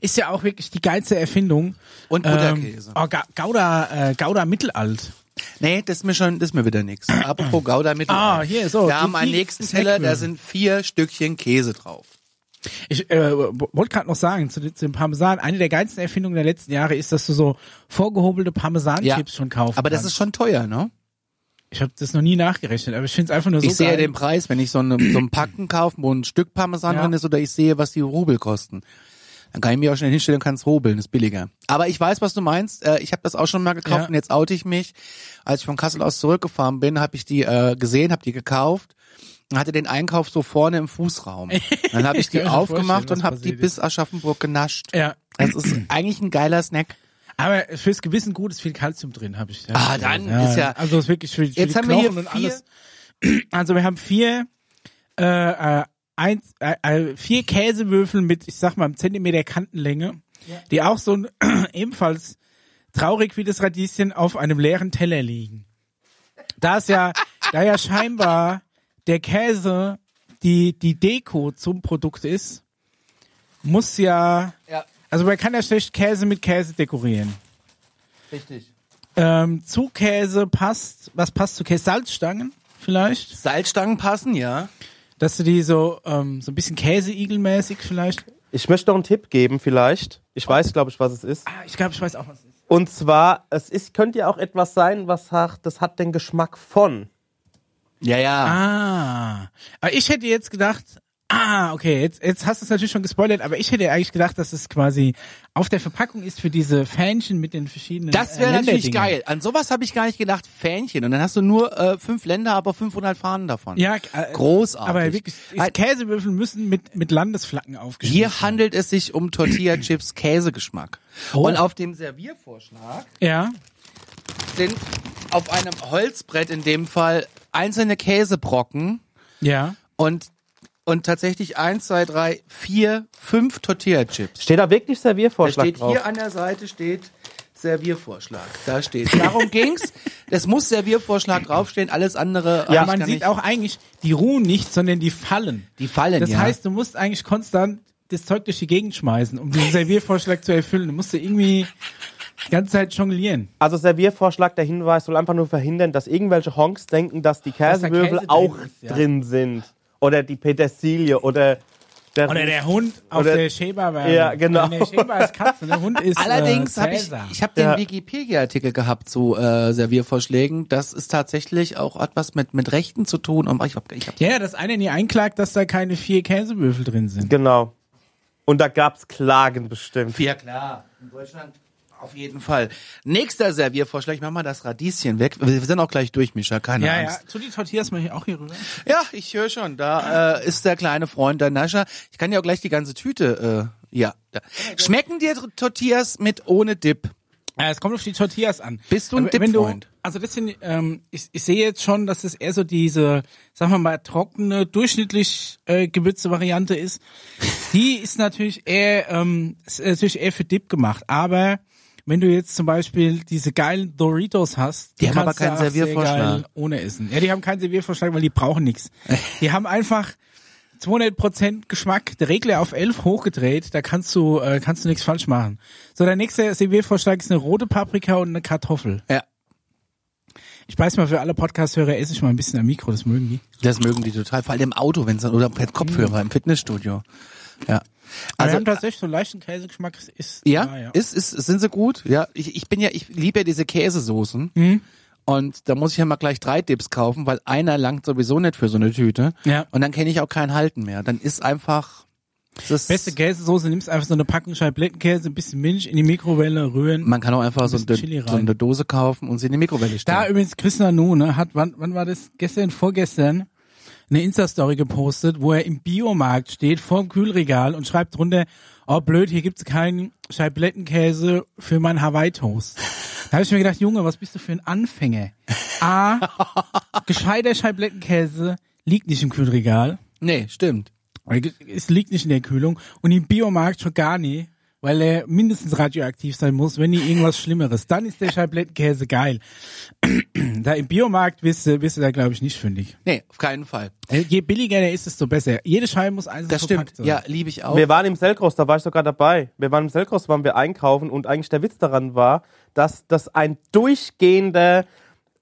Ist ja auch wirklich die geilste Erfindung.
Und Butterkäse.
Ähm, oh, Ga Gouda, äh, Gouda Mittelalt.
Nee, das ist mir schon, das ist mir wieder nix. Apropos Gouda-Mittel.
Ah, hier, so,
Wir
die-
haben einen
die
nächsten
Snack-
Teller, da sind vier Stückchen Käse drauf.
Ich äh, wollte gerade noch sagen, zu, den- zu dem Parmesan, eine der geilsten Erfindungen der letzten Jahre ist, dass du so vorgehobelte Parmesan-Chips schon kaufen
Aber das
kannst.
ist schon teuer, ne?
Ich habe das noch nie nachgerechnet, aber ich finde es einfach nur so
ich sehe
geil.
ja den Preis, wenn ich so, eine, so einen Packen kaufe, wo ein Stück Parmesan
Ja.
drin ist, oder ich sehe, was die Rubel kosten. Dann kann ich mir auch schnell hinstellen und kann es rubeln, ist billiger. Aber ich weiß, was du meinst. Äh, ich habe das auch schon mal gekauft
Ja.
und jetzt oute ich mich. Als ich von Kassel aus zurückgefahren bin, habe ich die äh, gesehen, habe die gekauft und hatte den Einkauf so vorne im Fußraum. Dann habe ich
Ich kann mir
die
schon
aufgemacht
vorstellen,
und
was
habe die
passiert ist.
bis Aschaffenburg genascht.
ja,
Das ist eigentlich ein geiler Snack.
aber fürs Gewissen gut ist viel Kalzium drin, habe ich.
Ah, dann ist ja-
Also ist wirklich für, für
Jetzt
die
haben wir hier
Knochen und
vier-
alles. Also wir haben vier, äh, äh, eins, äh, äh, vier Käsewürfel mit, ich sag mal, einem Zentimeter Kantenlänge, die auch so ein, ebenfalls traurig wie das Radieschen auf einem leeren Teller liegen. Da ist ja, da ja scheinbar der Käse die die Deko zum Produkt ist, muss ja
Ja,
also man kann ja schlecht Käse mit Käse dekorieren.
richtig.
Ähm, zu Käse passt, was passt zu Käse? Salzstangen vielleicht?
Salzstangen passen, ja.
Dass du die so, ähm, so ein bisschen Käseigelmäßig vielleicht.
Ich möchte noch einen Tipp geben, vielleicht. Ich weiß, glaube ich, was es ist.
Ah, ich glaube, ich weiß auch, was es ist.
Und zwar, es ist, könnte ja auch etwas sein, was hat, das hat den Geschmack von.
Ja, ja.
Ah. Aber ich hätte jetzt gedacht, ah, okay, jetzt, jetzt hast du es natürlich schon gespoilert, aber ich hätte eigentlich gedacht, dass es quasi auf der Verpackung ist für diese Fähnchen mit den verschiedenen.
Das wäre
äh,
natürlich
Länderdingen.
geil. An sowas habe ich gar nicht gedacht. Fähnchen. Und dann hast du nur äh, fünf Länder, aber 500 Fahnen davon.
Ja, äh,
Großartig.
aber wirklich,
Weil
Käsewürfel müssen mit, mit Landesflaggen aufgeschrieben
hier handelt es sich um Tortilla-Chips Käsegeschmack.
Oh.
Und auf dem Serviervorschlag
Ja.
sind auf einem Holzbrett in dem Fall einzelne Käsebrocken
Ja.
und, und tatsächlich eins, zwei, drei, vier, fünf Tortilla-Chips.
Steht da wirklich
Da
Serviervorschlag
steht
drauf?
hier an der Seite steht Serviervorschlag. Da steht. Darum ging's. Es muss Serviervorschlag draufstehen, alles andere.
Ja,
hab ich
man
gar
sieht
nicht.
auch eigentlich, die ruhen nicht, sondern die fallen.
Die fallen,
Das
ja.
heißt, du musst eigentlich konstant das Zeug durch die Gegend schmeißen, um diesen Serviervorschlag zu erfüllen. Du musst ja irgendwie die ganze Zeit jonglieren.
Also Serviervorschlag, der Hinweis soll einfach nur verhindern, dass irgendwelche Honks denken, dass die
Dass da Käse
Käsewürfel
drin
auch
ist, ja.
drin sind. Oder die Petersilie oder der,
Also Oder der Hund auf
Oder-
der Schäber
Ja, genau.
Der Schäber ist Katze, der Hund ist
Allerdings
äh,
habe ich,
Cäsar.
ich habe den
Ja.
Wikipedia-Artikel gehabt zu äh, Serviervorschlägen. Das ist tatsächlich auch etwas mit mit Rechten zu tun. Und ich hab, ich hab,
Ja, ja, dass einer nie einklagt, dass da keine vier Käsewürfel drin sind.
Genau. Und da gab's Klagen bestimmt.
ja klar, in Deutschland auf jeden Fall. Nächster Serviervorschlag, ich mach mal das Radieschen weg. Wir sind auch gleich durch, Mischa, keine
Ja, ja.
Angst.
Tu die Tortillas mal hier auch hier rüber.
Ja, ich höre schon. Da äh, ist der kleine Freund der Nascha. Ich kann ja auch gleich die ganze Tüte. Äh, ja. da. Schmecken dir Tortillas mit ohne Dip?
Ja, es kommt auf die Tortillas an.
Bist du ein
Aber wenn du-
Dip-Freund?
Also das sind, ähm, ich, ich sehe jetzt schon, dass es eher so diese, sagen wir mal, trockene, durchschnittlich äh, gewürzte Variante ist. Die ist natürlich eher, ähm, ist natürlich eher für Dip gemacht. Aber wenn du jetzt zum Beispiel diese geilen Doritos hast,
Die haben aber
kannst du
keinen
auch sehr
Serviervorschlag.
geil ohne essen. Ja, die haben keinen Serviervorschlag, weil die brauchen nichts. Die haben einfach 200% Geschmack, der Regler auf 11 hochgedreht, da kannst du, äh, kannst du nichts falsch machen. So, der nächste CW-Vorschlag ist eine rote Paprika und eine Kartoffel.
Ja.
Ich weiß mal, für alle Podcast-Hörer esse ich mal ein bisschen am Mikro, das mögen die.
Das mögen die total, vor allem im Auto, wenn es dann, oder mit Kopfhörer im Fitnessstudio. Ja.
Also,
Also,
haben tatsächlich so einen leichten Käsegeschmack, es ist,
ja,
ah,
Ist, ist, sind sie gut? Ja, ich, ich bin ja, ich liebe ja diese Käsesoßen.
Mhm.
Und da muss ich ja mal gleich drei Dips kaufen, weil einer langt sowieso nicht für so eine Tüte.
Ja.
Und dann kenne ich auch kein Halten mehr. Dann ist einfach, das
Beste Käsesoße, nimmst einfach so eine Packung Scheiblettenkäse, ein bisschen Milch in die Mikrowelle rühren.
man kann auch einfach so
bisschen
eine,
Chili
so
rein.
eine Dose kaufen und sie in die Mikrowelle
Da
stellen.
übrigens Chris Nanu, ne, hat, wann, wann war das? Gestern, vorgestern, eine Insta-Story gepostet, wo er im Biomarkt steht, vorm Kühlregal und schreibt drunter, oh blöd, hier gibt's keinen Scheiblettenkäse für meinen Hawaii-Toast. Da habe ich mir gedacht, Junge, was bist du für ein Anfänger? A, gescheiter Scheiblettenkäse liegt nicht im Kühlregal,
nee, stimmt.
es liegt nicht in der Kühlung und im Biomarkt schon gar nicht, weil er mindestens radioaktiv sein muss, wenn nicht irgendwas Schlimmeres. Dann ist der Scheiblettenkäse geil. Da im Biomarkt bist du, bist du da, glaube ich, nicht fündig. Äh,
Nee, auf keinen Fall.
Je billiger der ist, desto besser. Jede Scheibe muss einzeln
Das
verpackt
stimmt.
sein.
Ja, liebe ich auch.
Wir waren im Selkros, da war ich sogar dabei. Wir waren im Selkros, waren wir einkaufen und eigentlich der Witz daran war, dass das ein durchgehender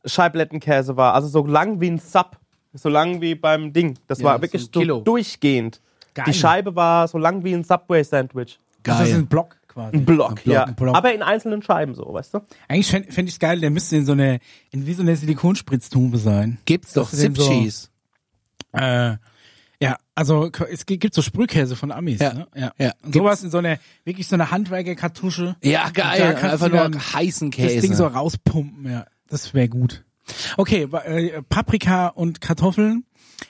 Scheiblettenkäse war. Also so lang wie ein Sub. So lang wie beim Ding. Das
Ja, so
war wirklich
ein
so
Kilo.
durchgehend.
Geil.
Die Scheibe war so lang wie ein
Also
Subway-Sandwich.
das ist
Geil.
ein Block quasi.
Block, ja.
ein Block.
Aber in einzelnen Scheiben so, weißt du?
Eigentlich fände fänd ich geil, der müsste in so eine, in wie so eine Silikonspritztube sein.
Gibt's doch
Dass du den so-
Zipchis.
Äh, ja, also k- es gi- gibt so Sprühkäse von Amis,
Ja,
ne? Ja.
ja.
Und sowas in so eine, wirklich so eine Handwerkerkartusche.
Ja,
Da
geil.
kannst
Einfach
du
nur
dann
heißen
Das
Käse.
Ding so rauspumpen, ja. Das wäre gut. Okay, wa- äh, Paprika und Kartoffeln.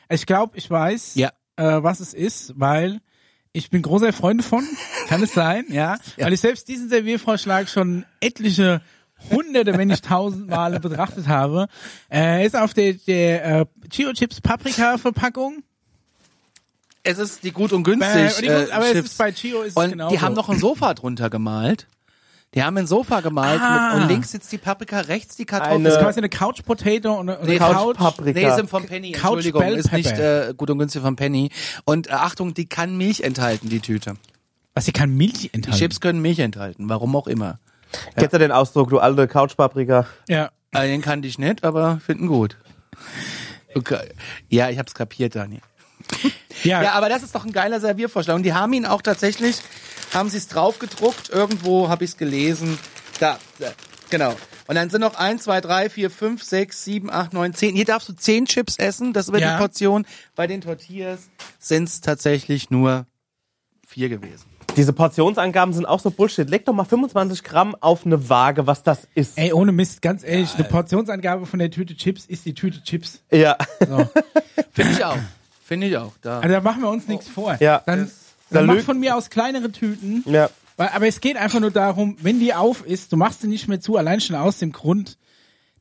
Ich glaube, ich weiß,
Ja.
äh, was es ist, weil ich bin großer Freund davon. Kann es sein, ja. Weil ich selbst diesen Serviervorschlag schon etliche hunderte, wenn nicht tausend Male betrachtet habe. Äh, ist auf der, der äh, Chio Chips Paprika Verpackung.
es ist die gut und günstig.
Äh,
äh,
aber es
Chips.
ist bei Chio ist es
Und
genau
die haben noch ein Sofa drunter gemalt. Die haben ein Sofa gemalt
Ah.
mit, und links sitzt die Paprika, rechts die Kartoffel.
Eine-
quasi eine Couch Potato und eine, und eine
Nee,
Couch.
Nee,
Couch-Paprika.
sind vom Penny,
Couch
Entschuldigung,
Bell
ist nicht
Pepper.
äh, gut und günstig vom Penny. Und äh, Achtung, die kann Milch enthalten, die Tüte.
Was, sie kann Milch
Die
enthalten?
Chips können Milch enthalten, warum auch immer.
Kennst du den Ausdruck, du alte Couch-Paprika?
Ja.
Äh, den kannte ich nicht, aber finden gut. Okay. Ja, ich hab's kapiert, Dani.
Ja,
Ja, aber das ist doch ein geiler Serviervorschlag. Und die haben ihn auch tatsächlich, haben sie es draufgedruckt, irgendwo habe ich es gelesen. Da, da, genau. Und dann sind noch eins, zwei, drei, vier, fünf, sechs, sieben, acht, neun, zehn. Hier darfst du zehn Chips essen, das über
Ja.
die Portion. Bei den Tortillas sind es tatsächlich nur vier gewesen.
Diese Portionsangaben sind auch so Bullshit. Leg doch mal 25 Gramm auf eine Waage, was das ist.
Ey, ohne Mist, ganz ehrlich, eine Portionsangabe von der Tüte Chips ist die Tüte Chips.
Ja.
So.
Finde ich auch. Finde ich auch. Da.
Also da machen wir uns nichts
Oh.
vor.
Ja.
Dann,
Das-
dann
da
mach
lügt-
von mir aus kleinere Tüten.
ja.
Weil, aber es geht einfach nur darum, wenn die auf ist, du machst sie nicht mehr zu, allein schon aus dem Grund,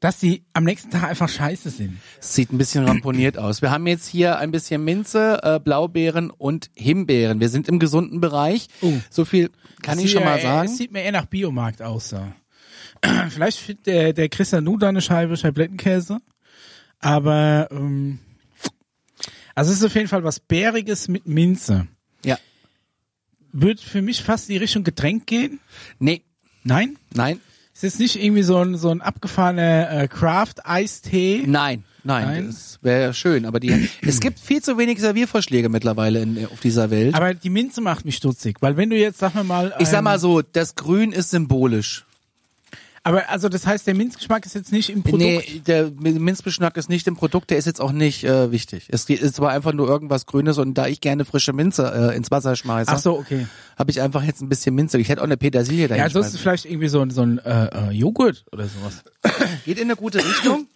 dass sie am nächsten Tag einfach scheiße sind.
Sieht ein bisschen ramponiert aus. Wir haben jetzt hier ein bisschen Minze, äh, Blaubeeren und Himbeeren. Wir sind im gesunden Bereich.
Oh.
So viel kann ich
Sieht
schon mal
ja,
sagen.
Es sieht mir eher nach Biomarkt aus. So. Vielleicht findet der, der Christian Nu da eine Scheibe Scheiblettenkäse. Aber, ähm, also es ist auf jeden Fall was Bäriges mit Minze.
Ja.
Wird für mich fast in die Richtung Getränk gehen.
Nee,
Nein?
nein,
Es ist nicht irgendwie so ein, so ein abgefahrener äh, Craft-Eistee.
Nein, nein,
Nein?
das wäre schön, aber die, es gibt viel zu wenig Serviervorschläge mittlerweile in, auf dieser Welt.
Aber die Minze macht mich stutzig, weil wenn du jetzt, sag mal mal.
ich sag
ähm,
mal so, das Grün ist symbolisch.
Aber also das heißt, der Minzgeschmack ist jetzt nicht im Produkt.
Nee, der Minzbeschnack ist nicht im Produkt, der ist jetzt auch nicht äh, wichtig. Es geht- ist aber einfach nur irgendwas Grünes und da ich gerne frische Minze äh, ins Wasser schmeiße,
Ach
hab
so, okay.
habe ich einfach jetzt ein bisschen Minze. Ich hätte auch eine Petersilie
Ja,
dahin
ansonsten vielleicht irgendwie so ein, so ein äh, äh, Joghurt oder sowas.
geht in eine gute Richtung.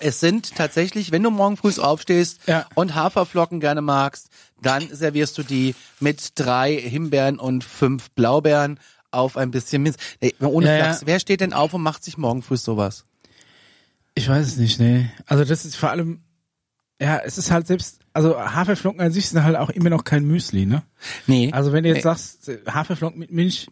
Es sind tatsächlich, wenn du morgen früh aufstehst
Ja.
und Haferflocken gerne magst, dann servierst du die mit drei Himbeeren und fünf Blaubeeren auf ein bisschen Minz. Ey, ohne
Ja, ja.
Flachs. Wer steht denn auf und macht sich morgen früh sowas?
Ich weiß es nicht, nee. Also das ist vor allem, ja, es ist halt selbst, also Haferflocken an sich sind halt auch immer noch kein Müsli, ne?
Nee.
Also wenn du jetzt
nee.
sagst, äh, Haferflocken mit Milch,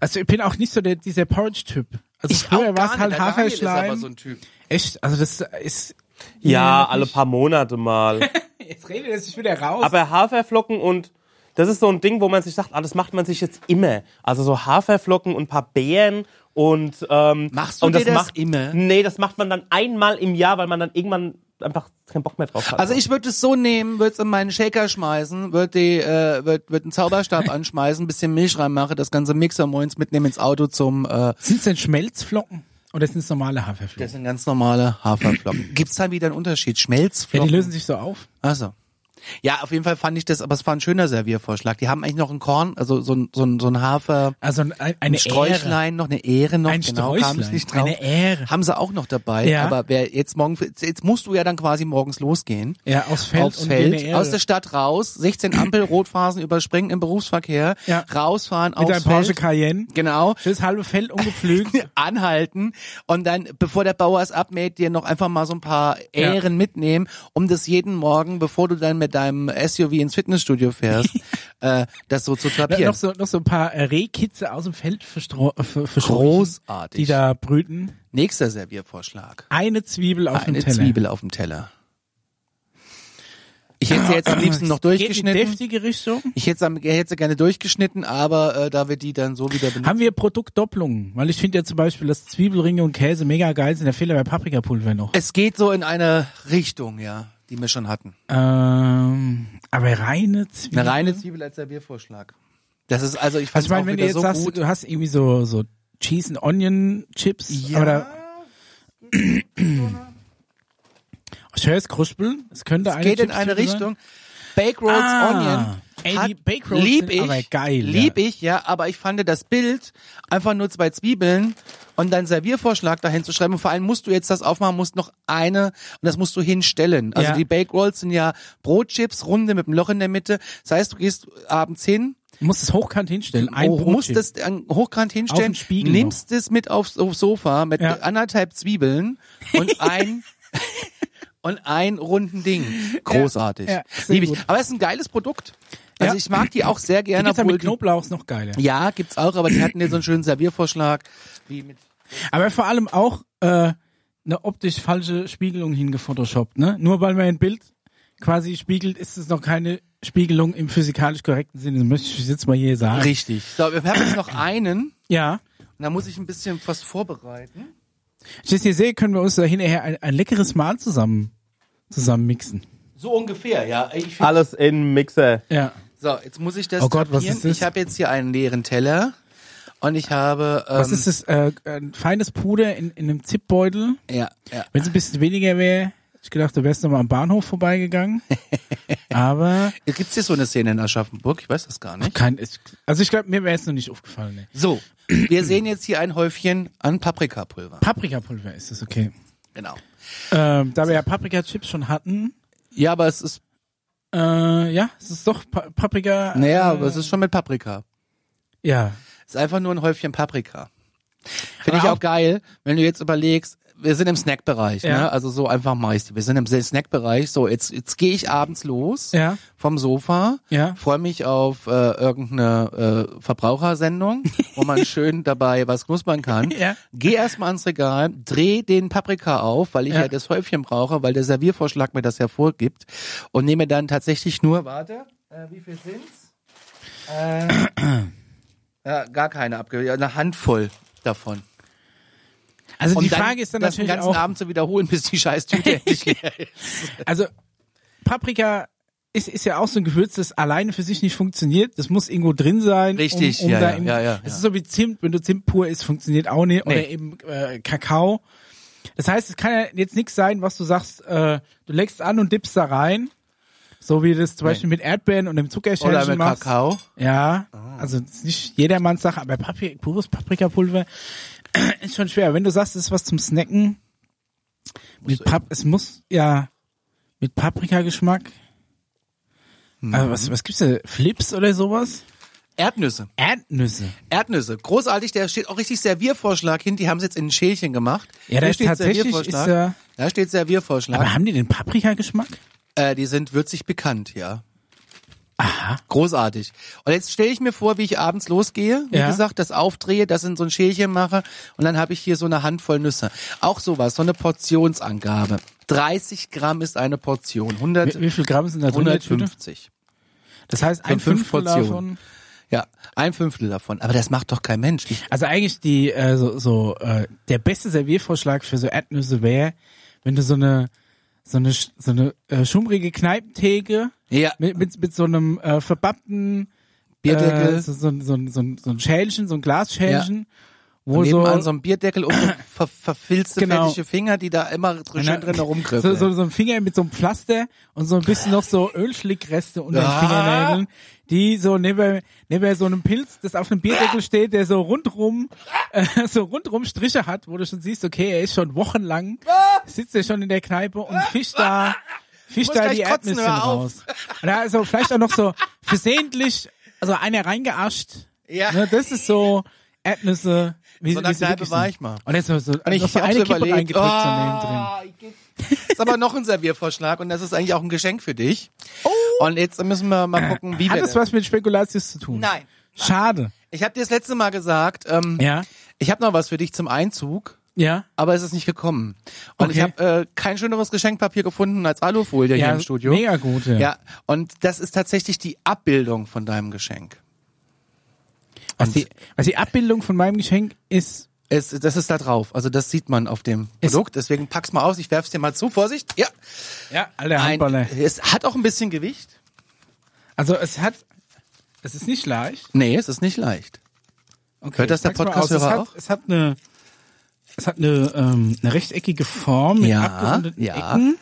also ich bin auch nicht so der, dieser Porridge-Typ. Also
ich
früher
auch
war
gar
es
nicht.
halt
Der Daniel ist aber
Haferschleim.
so ein Typ.
Echt, also das ist...
Ja,
Nee,
alle
nicht.
paar Monate mal.
Jetzt redet er sich wieder raus.
Aber Haferflocken und das ist so ein Ding, wo man sich sagt, ah, das macht man sich jetzt immer. Also so Haferflocken und ein paar Beeren und ähm,
Machst du
und
dir das immer?
Nee, das macht man dann einmal im Jahr, weil man dann irgendwann einfach keinen Bock mehr drauf hat.
Also ich würde es so nehmen, würde es in meinen Shaker schmeißen, würde die, äh, würd, würd einen Zauberstab anschmeißen, bisschen Milch reinmache, das ganze Mixer-Moins mitnehmen ins Auto zum äh,
Sind es denn Schmelzflocken oder sind es normale Haferflocken?
Das sind ganz normale Haferflocken. Gibt's da wieder einen Unterschied?
Ja, die
Schmelzflocken?
lösen sich so auf.
also. Ja, auf jeden Fall fand ich das, aber es war ein schöner Serviervorschlag. Die haben eigentlich noch ein Korn, also so ein, so ein, so ein Hafer,
Also ein- ein,
ein
eine Ehre.
Sträuchlein, noch eine Ähre noch,
Ein
genau,
Sträuchlein,
kam's nicht drauf.
eine Ähre.
Haben sie auch noch dabei,
Ja.
aber wer jetzt morgen, jetzt musst du ja dann quasi morgens losgehen.
Ja, aufs Feld
aufs
und
Feld,
eine Ähre.
aus der Stadt raus, 16 Ampel, Rotphasen überspringen im Berufsverkehr,
Ja.
rausfahren
Mit
aufs
einem Porsche
Feld.
Cayenne.
Genau,
Schönes halbe Feld umgepflügt.
anhalten und dann, bevor der Bauer es abmäht, dir noch einfach mal so ein paar
Ja.
Ähren mitnehmen, um das jeden Morgen, bevor du dann mit deinem SUV ins Fitnessstudio fährst, äh, das so zu
Ja,
trapieren.
noch, so, noch so ein paar äh, Rehkitze aus dem Feld verstreu- äh, ver- verscheuchen,
Großartig.
die da brüten.
Nächster Serviervorschlag.
Eine Zwiebel auf
Eine
dem Teller.
Zwiebel auf dem Teller. Ich hätte sie jetzt am liebsten noch
Geht in
durchgeschnitten.
deftige Richtung.
Ich hätte, sie am- hätte sie gerne durchgeschnitten, aber äh, da wir die dann so wieder benutzen.
Haben wir Produktdoppelungen? Weil ich finde ja zum Beispiel, dass Zwiebelringe und Käse mega geil sind. Der Fehler bei Paprikapulver noch.
Es geht so in eine Richtung, ja, die wir schon hatten.
Ähm, aber reine Zwiebeln.
Eine reine Zwiebel als der Biervorschlag. Das ist also, ich
Mhm. also ich meine,
fand auch
wenn du
wieder
jetzt
so
sagst,
gut.
du hast irgendwie so, so Cheese and Onion Chips.
Ja.
Oder ich höre es kruspeln. Es könnte
Es geht in
Chips-
eine
Tüte sein.
Richtung. Bake Rolls
Ah.
Onion.
Ey, die
hat-
Bake Rolls
lieb
sind
ich,
aber geil,
Lieb ich, ja, aber ich fand das Bild, einfach nur zwei Zwiebeln und dann Serviervorschlag dahin zu schreiben. Und vor allem musst du jetzt das aufmachen, musst noch eine und das musst du hinstellen. Also
Ja.
die Bake Rolls sind ja Brotchips, runde mit einem Loch in der Mitte. Das heißt, du gehst abends hin,
Du musst es hochkant hinstellen. Ein
du musst
Brotchip.
Oh, das an hochkant
Auf
hinstellen,
den Spiegel
nimmst es mit aufs, aufs Sofa mit
Ja.
anderthalb Zwiebeln und ein und ein runden Ding. Großartig.
Ja, ja, sehr
Lieb ich.
gut.
Aber es ist ein geiles Produkt. Also
Ja.
ich mag die auch sehr
Die
gerne.
gibt's ja mit
obwohl die-
Knoblauch ist noch geiler.
ja, gibt's auch, aber die hatten ja so einen schönen Serviervorschlag. Wie mit
Aber vor allem auch äh, eine optisch falsche Spiegelung hingefotoshoppt. Ne? Nur weil man ein Bild quasi spiegelt, ist es noch keine Spiegelung im physikalisch korrekten Sinne. Das möchte ich jetzt mal hier sagen.
Richtig. So, wir haben jetzt noch einen.
Ja.
Und da muss ich ein bisschen was vorbereiten.
Ich jetzt hier sehe, können wir uns da hinterher ein, ein leckeres Mahl zusammen, zusammen mixen.
So ungefähr, ja. Ich find-
Alles in Mixer.
Ja.
Ah. so, jetzt muss ich das
Oh Gott, was
drapieren.
ist das?
Ich habe jetzt hier einen leeren Teller und ich habe ähm,
Was ist das? Äh, ein feines Puder in, in einem Zipbeutel.
Ja, ja.
Wenn es ein bisschen weniger wäre, hätte ich gedacht, du wärst nochmal am Bahnhof vorbeigegangen. Aber
Gibt's hier so eine Szene in Aschaffenburg? Ich weiß das gar nicht.
kein, ich- also ich glaube, mir wäre es noch nicht aufgefallen. Ne.
So, wir sehen jetzt hier ein Häufchen an Paprikapulver.
Paprikapulver ist es, okay.
Genau.
Ähm, da wir ja Paprika-Chips schon hatten,
Ja, aber es ist,
äh, ja, es ist doch pa Paprika. Äh,
naja, aber es ist schon mit Paprika.
Ja.
Es ist einfach nur ein Häufchen Paprika. Finde ich
Aber
auch geil, wenn du jetzt überlegst, wir sind im Snackbereich,
Ja.
ne? Also so einfach meist. Wir sind im Snackbereich. So, jetzt, jetzt gehe ich abends los
Ja.
vom Sofa,
Ja.
freue mich auf äh, irgendeine äh, Verbrauchersendung, wo man schön dabei was knuspern kann.
Ja.
Geh erstmal ans Regal, dreh den Paprika auf, weil ich ja.
Ja.
das Häufchen brauche, weil der Serviervorschlag mir das ja vorgibt. Und nehme dann tatsächlich nur, warte, äh, wie viel sind's? Äh, ja, gar keine abge, ja, eine Handvoll davon.
Also
Um
die Frage ist dann
das
natürlich
den ganzen
auch,
Abend zu wiederholen, bis die Scheißtüte endlich leer ist.
also Paprika ist, ist ja auch so ein Gewürz, das alleine für sich nicht funktioniert. Das muss irgendwo drin sein.
Richtig,
um, um
ja,
da
ja,
im,
ja, ja,
Es
ja.
ist so wie Zimt, wenn du Zimt pur isst, funktioniert auch nicht.
Nee.
Oder eben äh, Kakao. Das heißt, es kann ja jetzt nichts sein, was du sagst, äh, du legst an und dippst da rein. So wie du das zum Beispiel mit Erdbeeren und dem
Oder mit
Zuckerschälchen machst.
Kakao.
Ja,
Ah.
also das ist nicht jedermanns Sache, aber Papri pures Paprikapulver ist schon schwer. Wenn du sagst, es ist was zum Snacken, mit Pap es muss ja mit Paprikageschmack.
Mhm.
Also was, was gibt's da? Flips oder sowas?
Erdnüsse.
Erdnüsse.
Erdnüsse, großartig, da steht auch richtig Serviervorschlag hin, die haben es jetzt in ein Schälchen gemacht.
Ja, da
Hier
ist tatsächlich
Serviervorschlag.
ist ja-
da steht Serviervorschlag.
Aber haben die den Paprikageschmack?
Äh, die sind würzig bekannt, ja. Aha. Großartig. Und jetzt stelle ich mir vor, wie ich abends losgehe, wie
Ja.
gesagt, das aufdrehe, das in so ein Schälchen mache und dann habe ich hier so eine Handvoll Nüsse. Auch sowas, so eine Portionsangabe. 30 Gramm ist eine Portion, 100,
Wie, wie viel Gramm sind da drin? in der Tüte?
150.
Das heißt ein
fünf
Fünftel
Portionen.
davon.
Ja, ein Fünftel davon. Aber das macht doch kein Mensch. Ich
Also eigentlich die äh, so, so äh, der beste Serviervorschlag für so Erdnüsse wäre, wenn du so eine so eine sch- so eine äh, schummrige Kneipentheke
Ja.
mit, mit mit so einem äh, verbappten
Bierdeckel.
äh, so, so, so, so, so ein Schälchen, so ein Glasschälchen, wo
Und nebenan
so,
so ein Bierdeckel und so ver verfilzte
Genau.
fettige Finger, die da immer dr- schön drin
so,
herumgriffen.
so, so ein Finger mit so einem Pflaster und so ein bisschen noch so Ölschlickreste unter
Ah.
den Fingernägeln, die so neben, neben so einem Pilz, das auf einem Bierdeckel steht, der so rundrum, äh, so rundrum Striche hat, wo du schon siehst, okay, er ist schon wochenlang, sitzt er schon in der Kneipe und fischt da, fischt
Muss
da
gleich
die
kotzen,
Erdnüsse
hör auf.
raus. Und da also vielleicht auch noch so versehentlich, also einer reingeascht.
Ja.
Ne, das ist so Erdnüsse. Wie,
So einer
wie sie
Kneipe
wirklich
war
sind.
ich mal.
Und jetzt noch so,
Und
noch so
hab's
eine Kippe
überlegt,
reingedrückt so neben drin.
ah, ich geb- ist aber noch ein Serviervorschlag und das ist eigentlich auch ein Geschenk für dich. Oh. Und jetzt müssen wir mal gucken, wie
Hat
wir
das
das-
was mit Spekulatius zu tun?
Nein.
Schade.
Ich habe dir das letzte Mal gesagt, ähm,
Ja.
ich habe noch was für dich zum Einzug.
Ja.
aber es ist nicht gekommen. Und ich
Okay.
habe äh, kein schöneres Geschenkpapier gefunden als Alufolie hier im Studio.
mega gut. Ja.
Ja, und das ist tatsächlich die Abbildung von deinem Geschenk.
Was, die, was die Abbildung von meinem Geschenk ist,
Es, das ist da drauf. Also das sieht man auf dem
Es-
Produkt. Deswegen pack's mal aus. Ich werf's dir mal zu. Vorsicht. Ja.
ja, alle
Ein,
Handballer.
es hat auch ein bisschen Gewicht.
Also es hat, es ist nicht leicht.
Nee, es ist nicht leicht.
Okay,
Hört das
ich
der
pack's mal aus.
Podcast-Hörer
es hat,
auch?
Es hat eine, es hat eine, ähm, eine rechteckige Form mit
Ja,
abgerundeten
ja.
Ecken.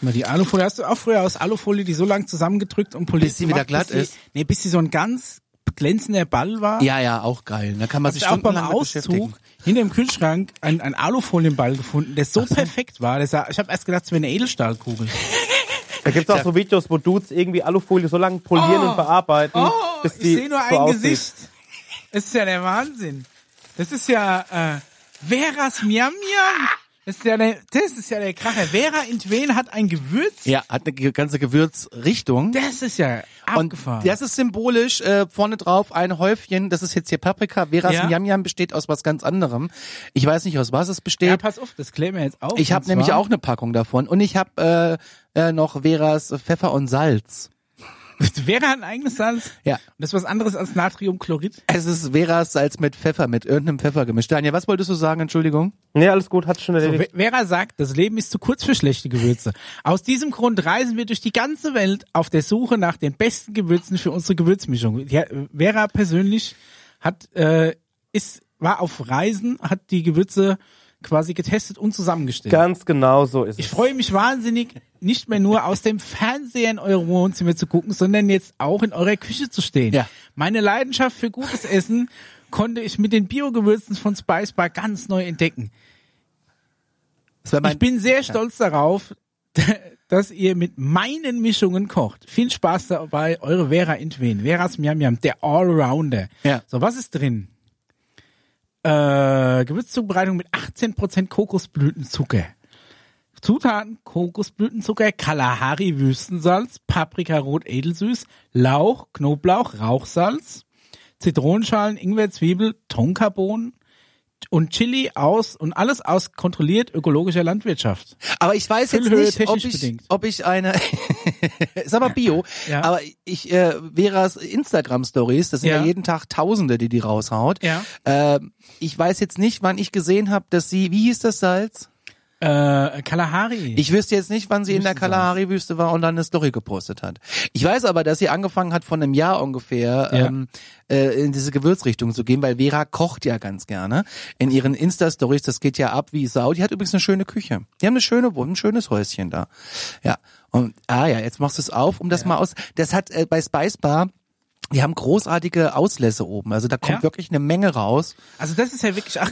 Mal die Alufolie. Hast du auch früher aus Alufolie die so lang zusammengedrückt und poliert
Bis sie
gemacht,
wieder glatt
bis sie,
ist?
Nee, bis sie so ein ganz glänzender Ball war.
Ja, ja, auch geil. Da kann man
Hab's
sich
auch beim
stundenlang mit beschäftigen.
Auszug hinter dem Kühlschrank einen, einen Alufolienball gefunden, der so perfekt war. Der sah, ich habe erst gedacht, es wäre eine Edelstahlkugel.
Da gibt's auch so Videos, wo Dudes irgendwie Alufolie so lange polieren
Oh.
und bearbeiten, bis die
ich sehe nur
so
ein
aussieht.
Gesicht. Das ist ja der Wahnsinn. Das ist ja äh, Veras Miam Miam. Das ist ja der, das ist ja der Kracher. Vera Intwen hat ein Gewürz.
Ja, hat eine ge- ganze Gewürzrichtung.
Das ist ja
Und
abgefahren.
das ist symbolisch, äh, vorne drauf ein Häufchen, das ist jetzt hier Paprika, Veras
Ja.
ja. Yam Yam besteht aus was ganz anderem. Ich weiß nicht, aus was es
ja,
besteht.
pass auf, das klären wir jetzt auf.
ich habe
Und
nämlich
zwar-
auch eine Packung davon und ich habe äh, äh, noch Veras Pfeffer und Salz.
Vera hat ein eigenes Salz.
Ja.
Und das ist was anderes als Natriumchlorid.
Es ist Veras Salz mit Pfeffer, mit irgendeinem Pfeffer gemischt. Daniel, was wolltest du sagen, Entschuldigung?
Nee, alles gut, hat schon erledigt.
Ve- Vera sagt, das Leben ist zu kurz für schlechte Gewürze. Aus diesem Grund reisen wir durch die ganze Welt auf der Suche nach den besten Gewürzen für unsere Gewürzmischung. Ja, Vera persönlich hat, äh, ist, war auf Reisen, hat die Gewürze quasi getestet und zusammengestellt.
Ganz genau so ist
ich
es.
freue mich wahnsinnig, nicht mehr nur aus dem Fernseher in eurem Wohnzimmer zu gucken, sondern jetzt auch in eurer Küche zu stehen.
Ja.
Meine Leidenschaft für gutes Essen konnte ich mit den Biogewürzen von Spice Bar ganz neu entdecken.
Das war
Ich bin sehr stolz darauf, dass ihr mit meinen Mischungen kocht. Viel Spaß dabei, eure Vera Intwen. Veras Miam Miam, der Allrounder.
Ja.
So, was ist drin? Äh, Gewürzzubereitung mit 18% Kokosblütenzucker. Zutaten, Kokosblütenzucker, Kalahari Wüstensalz, Paprika rot edelsüß, Lauch, Knoblauch, Rauchsalz, Zitronenschalen, Ingwer, Zwiebel, Tonkabohnen und Chili aus und alles aus kontrolliert ökologischer Landwirtschaft.
Aber ich weiß jetzt
Füllhöhe
nicht, ob
technisch
ich,
bedingt.
ob ich eine, ist aber Bio,
Ja.
aber ich, äh, Veras Instagram-Stories, das sind ja.
Ja.
jeden Tag Tausende, die die raushaut.
Ja.
Ähm, ich weiß jetzt nicht, wann ich gesehen habe, dass sie, wie hieß das Salz?
Äh, Kalahari.
Ich wüsste jetzt nicht, wann sie in der
Wüstensalz.
Kalahari-Wüste war und dann eine Story gepostet hat. Ich weiß aber, dass sie angefangen hat, vor einem Jahr ungefähr
Ja.
ähm, äh, in diese Gewürzrichtung zu gehen, weil Vera kocht ja ganz gerne in ihren Insta-Stories. Das geht ja ab wie Sau. Die hat übrigens eine schöne Küche. Die haben eine schöne Wohnung, ein schönes Häuschen da. Ja. Und ah ja, jetzt machst du es auf, um das mal aus. Das hat äh, bei Spice Bar. Die haben großartige Auslässe oben. Also da kommt
Ja?
wirklich eine Menge raus.
also das ist ja wirklich ach,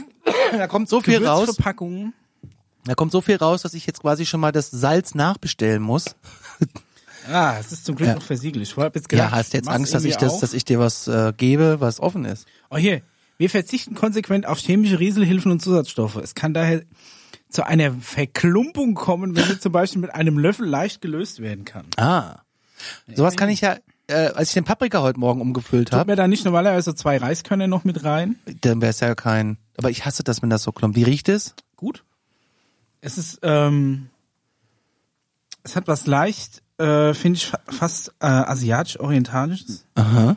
Da kommt so viel raus.
Gewürzverpackungen.
Da kommt so viel raus, dass ich jetzt quasi schon mal das Salz nachbestellen muss.
Ah, es ist zum Glück noch versiegelt. Ich hab jetzt
Ja,
gedacht,
hast jetzt
mach's
Angst, dass
irgendwie
ich das,
auf.
dass ich dir was äh, gebe, was offen ist.
Oh hier, wir verzichten konsequent auf chemische Rieselhilfen und Zusatzstoffe. Es kann daher zu einer Verklumpung kommen, wenn sie zum Beispiel mit einem Löffel leicht gelöst werden kann.
Ah. Sowas kann ich ja, äh, als ich den Paprika heute Morgen umgefüllt
Tut
habe,
mir da nicht normalerweise so zwei Reiskörner noch mit rein?
dann wäre es ja kein. Aber ich hasse das, wenn das so klumpt. Wie riecht es?
Gut. Es ist, ähm, es hat was leicht, äh, finde ich fa fast äh, asiatisch-orientalisches.
Aha.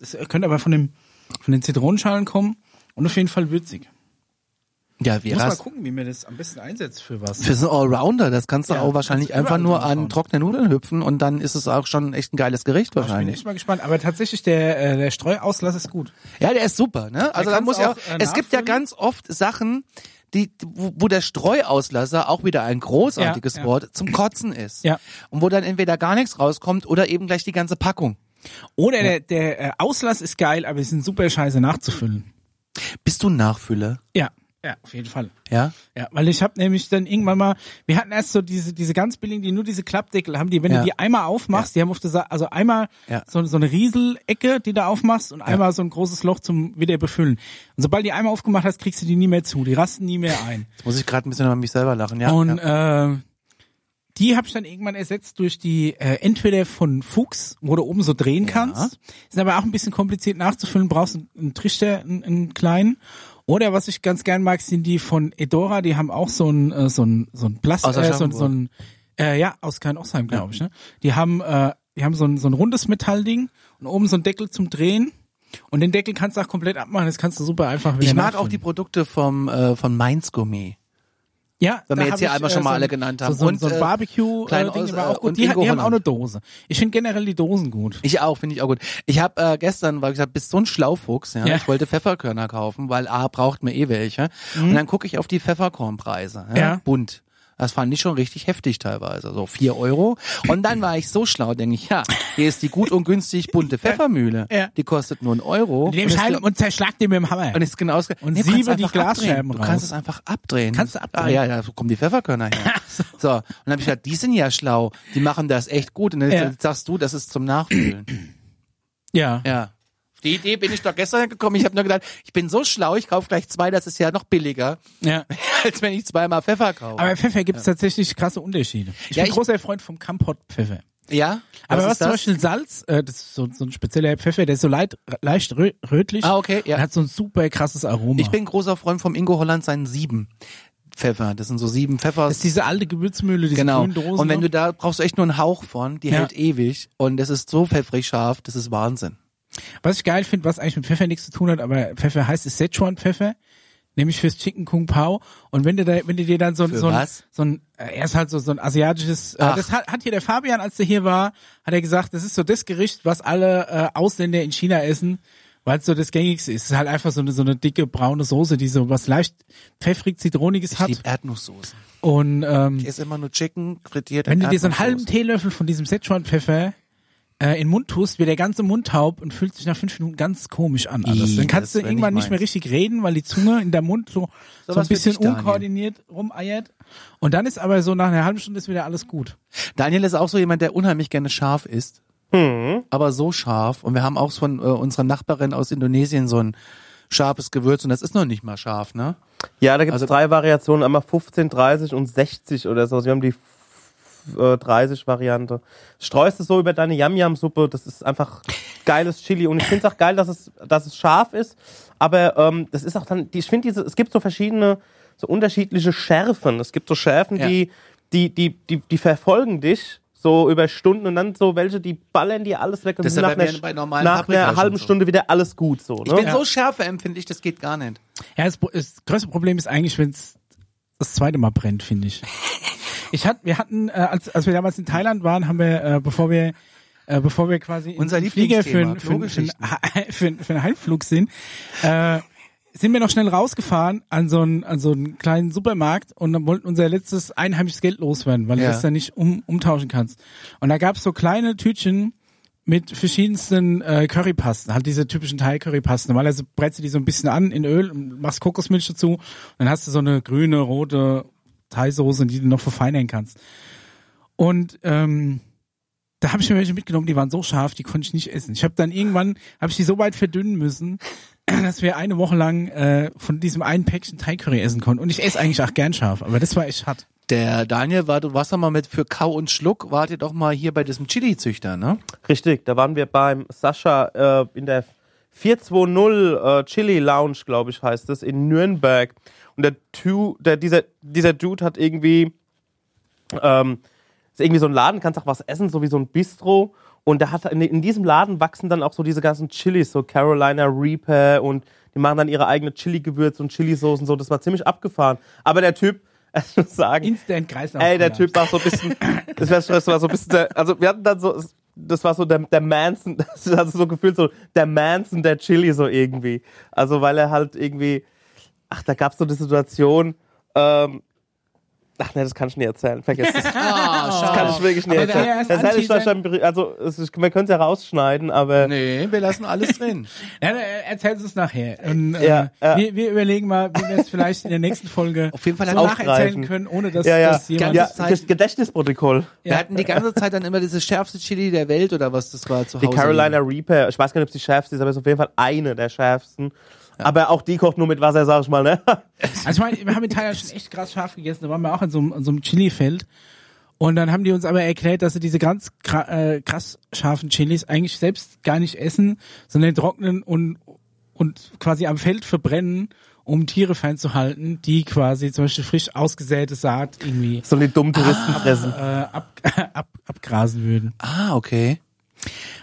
Es könnte aber von dem, von den Zitronenschalen kommen und auf jeden Fall würzig.
Ja,
Ich muss mal
Veras.
gucken, wie mir das am besten einsetzt für was.
Für so einen Allrounder, das kannst du
Ja,
auch wahrscheinlich
kannst du
einfach
überall
nur
drauf
an
hauen.
trockene Nudeln hüpfen und dann ist es auch schon echt ein geiles Gericht
ich bin
wahrscheinlich.
echt mal gespannt, aber tatsächlich der, äh, der Streuauslass ist gut.
Ja, der ist super, ne? Also da
kannst
muss
du
ja auch,
auch, äh,
es gibt ja
nachfüllen.
ganz oft Sachen, die, wo, wo der Streuauslasser auch wieder ein großartiges
Ja, ja.
Wort zum Kotzen ist.
Ja.
Und wo dann entweder gar nichts rauskommt oder eben gleich die ganze Packung.
Oder der, der äh, Auslass ist geil, aber es sind super scheiße nachzufüllen.
Bist du ein Nachfüller?
Ja, ja, auf jeden Fall.
Ja?
Ja, weil ich habe nämlich dann irgendwann mal, wir hatten erst so diese diese ganz billigen, die nur diese Klappdeckel haben, die wenn
Ja.
du die einmal aufmachst, die haben auf der Sa also einmal
Ja.
so, so eine Rieselecke, die du aufmachst und einmal so ein großes Loch zum wieder befüllen. Und sobald die einmal aufgemacht hast, kriegst du die nie mehr zu, die rasten nie mehr ein. äh,
Jetzt muss ich gerade ein bisschen über mich selber lachen, ja.
und
ja.
äh, die habe ich dann irgendwann ersetzt durch die äh, entweder von Fuchs, wo du oben so drehen kannst. Sind aber auch ein bisschen kompliziert nachzufüllen, brauchst einen, einen Trichter, einen, einen kleinen. Oder was ich ganz gern mag, sind die von Edora, die haben auch so ein äh, so ein so ein Plastik,
Aus
äh, so, ein-
Aschaffenburg.
so ein äh, ja, aus Kern-Ossheim, glaube ich, ne? Die haben äh, die haben so ein so ein rundes Metallding und oben so ein Deckel zum drehen. Und den Deckel kannst du auch komplett abmachen, das kannst du super einfach wieder
Ich mag auch
nachfüllen.
die Produkte vom äh, von Mainz Gourmet.
Ja,
Wenn
da
wir jetzt
hab
hier
ich,
einmal schon
äh,
mal
so
alle
ein-
genannt
So,
haben.
so, ein-
Und,
so ein
äh,
Barbecue-Ding
Klein Aus-
war auch
äh,
gut.
und
Die, hat-
Ingo
die haben auch eine
Holland.
Dose. Ich finde generell die Dosen gut.
Ich auch, finde ich auch gut. Ich habe äh, gestern, weil ich gesagt, bist so ein Schlaufuchs, ja,
Ja.
ich wollte Pfefferkörner kaufen, weil A braucht mir eh welche. Und dann gucke ich auf die Pfefferkornpreise, ja,
Mhm. Ja.
bunt. Das fand ich schon richtig heftig teilweise, so vier Euro. Und dann war ich so schlau, denke ich, ja, hier ist die gut und günstig bunte Pfeffermühle.
Ja.
Die kostet nur einen Euro.
Nehm
Und ist
ich heim
gl-
und zerschlag den mit dem Hammer.
und ist genau das-
Und
du kannst
siebe die
einfach abdrehen.
Glasscherben
Du
raus.
kannst es einfach abdrehen.
Kannst du abdrehen.
Ah, ja, ja, so kommen die Pfefferkörner her. so. Und dann habe ich gedacht, die sind ja schlau. Die machen das echt gut. Und dann
Ja.
sagst du, das ist zum Nachfühlen.
ja.
Ja. Auf Die Idee bin ich doch gestern gekommen. Ich habe nur gedacht, ich bin so schlau, ich kaufe gleich zwei, das ist ja noch billiger,
ja.
als wenn ich zweimal Pfeffer kaufe.
Aber Pfeffer gibt es tatsächlich krasse Unterschiede. Ich
Ja,
bin
ich-
großer Freund vom Kampot-Pfeffer.
ja?
Aber was,
ist
zum
das?
Beispiel Salz, äh, das ist so, so ein spezieller Pfeffer, der ist so leid, leicht rö rötlich
Ah, okay, ja.
und hat so ein super krasses Aroma.
Ich bin großer Freund vom Ingo Holland seinen sieben Pfeffer. Das sind so sieben Pfeffer.
das ist diese alte Gewürzmühle, diese
genau.
grünen Dosen.
Und wenn
noch.
du da brauchst du echt nur einen Hauch von, die
Ja.
hält ewig. Und das ist so pfeffrig scharf, das ist Wahnsinn.
Was ich geil finde, was eigentlich mit Pfeffer nichts zu tun hat, aber Pfeffer heißt ist Szechuan Pfeffer, nämlich fürs Chicken Kung Pao. Und wenn du da, wenn du dir dann so, ein-
Für
so ein,
was?
so ein, äh, er ist halt so, so ein asiatisches, äh,
Ach.
das hat, hat hier der Fabian, als der hier war, hat er gesagt, das ist so das Gericht, was alle äh, Ausländer in China essen, weil es so das gängigste ist. Es ist halt einfach so eine, so eine dicke braune Soße, die so was leicht pfeffrig zitroniges
Ich
hat.
liebe Erdnusssoßen.
Und ähm,
Ich esse immer nur Chicken, frittiert.
wenn
in
du dir so einen halben
Erdnusssoße.
Teelöffel von diesem Szechuan-Pfeffer äh, in den Mund tust, wird der ganze Mund taub und fühlt sich nach fünf Minuten ganz komisch an. Alles.
Ih,
Dann kannst
das
du
wär
irgendwann
nicht
nicht mehr
meins.
richtig reden, weil die Zunge in der Mund so, so,
Sowas
ein
für
bisschen
dich, Daniel.
unkoordiniert rumeiert. Und dann ist aber so nach einer halben Stunde ist wieder alles gut.
Daniel ist auch so jemand, der unheimlich gerne scharf isst. Aber so scharf. Und wir haben auch von äh, unserer Nachbarin aus Indonesien so ein scharfes Gewürz. Und das ist noch nicht mal scharf, ne?
Ja, da gibt es
Also-
drei Variationen, einmal 15, 30 und 60 oder sowas. Wir haben die äh, 30 Variante. Streust es so über deine Yam-Yam-Suppe, das ist einfach geiles Chili. Und ich finde es auch geil, dass es, dass es scharf ist, aber ähm, das ist auch dann, die, ich finde, diese- es gibt so verschiedene, so unterschiedliche Schärfen. Es gibt so Schärfen,
Ja.
die, die, die, die, die verfolgen dich so über Stunden und dann so welche, die ballern dir alles weg und
Das
sind
ist ja
nach
bei
einer,
mir bei normalen
nach
Paprika
einer
schon
halben
so.
Stunde wieder alles gut. So,
Ich bin
ne?
so schärfeempfindlich, das geht gar nicht.
Ja, das, Pro- das größte Problem ist eigentlich, wenn es das zweite Mal brennt, finde ich. Ich hat, wir hatten, äh, als, als wir damals in Thailand waren, haben wir, äh, bevor wir äh, bevor wir quasi in
Unser
den Flieger für,
Lieblingsthema,
ein- für, ein- für, ein-
Fluggeschichten.
für, ein- für einen Heimflug sind, äh, sind wir noch schnell rausgefahren an so einen, an so einen kleinen Supermarkt und dann wollten unser letztes einheimisches Geld loswerden, weil
Ja.
du das ja nicht um, umtauschen kannst. Und da gab's so kleine Tütchen mit verschiedensten äh, Currypasten, halt diese typischen Thai-Currypasten. Normalerweise brätst du die so ein bisschen an in Öl, und machst Kokosmilch dazu und dann hast du so eine grüne, rote Thai-Soße, die du noch verfeinern kannst. Und ähm, da habe ich mir welche mitgenommen, die waren so scharf, die konnte ich nicht essen. Ich habe dann irgendwann, habe ich die so weit verdünnen müssen, dass wir eine Woche lang äh, von diesem einen Päckchen Thai-Curry essen konnten. Und ich esse eigentlich auch gern scharf, aber das war echt hart.
Der Daniel war, du warst doch mal mit für Kau und Schluck, wart ihr doch mal hier bei diesem Chili-Züchter, ne?
Richtig, da waren wir beim Sascha äh, in der 420 äh, Chili Lounge, glaube ich, heißt es, in Nürnberg. Und der, tu, der dieser, dieser Dude hat irgendwie, ähm, ist irgendwie so ein Laden, kannst auch was essen, so wie so ein Bistro. Und da hat in, in diesem Laden wachsen dann auch so diese ganzen Chilis, so Carolina Reaper und die machen dann ihre eigene Chili-Gewürze und Chili-Soßen so. Das war ziemlich abgefahren. Aber der Typ, ich muss sagen,
Instant Kreislauf.
Ey, der Typ war so ein bisschen, das war, das war so ein bisschen, der, also wir hatten dann so, das war so der, der Manson, das hat so gefühlt so der Manson der Chili so irgendwie. Also weil er halt irgendwie, ach, da gab es so eine Situation, ähm, ach ne, das kann ich nicht erzählen, vergiss das. Das kann ich wirklich nicht
Oh. Aber wer
erzählen.
erst
Das hätte ich
anteasern-
doch schon, beri- also es ist, wir können es ja rausschneiden, aber
Nee, wir lassen alles drin.
Ja, erzähl uns nachher. Und, äh,
Ja, ja.
Wir, wir überlegen mal, wie wir es vielleicht in der nächsten Folge
Auf jeden Fall
so
hat-
nacherzählen
Aufgreifen.
können, ohne dass,
ja, ja,
dass
ja,
jemand...
ganze Zeit-
Ged- Gedächtnisprotokoll.
Wir hatten die ganze Zeit dann immer dieses schärfste Chili der Welt oder was das war zu
Die
Hause.
Carolina Reaper, ich weiß gar nicht, ob sie schärfste ist, aber ist auf jeden Fall eine der schärfsten. Aber auch die kocht nur mit Wasser, sag ich mal, ne?
Also ich meine, wir haben in Thailand schon echt krass scharf gegessen. Da waren wir auch an so einem, an so einem Chili-Feld. Und dann haben die uns aber erklärt, dass sie diese ganz kra- äh, krass scharfen Chilis eigentlich selbst gar nicht essen, sondern trocknen und, und quasi am Feld verbrennen, um Tiere fernzuhalten, die quasi zum Beispiel frisch ausgesäte Saat irgendwie
So eine dummen Touristen fressen.
äh, ab, ab, abgrasen würden.
Ah, okay.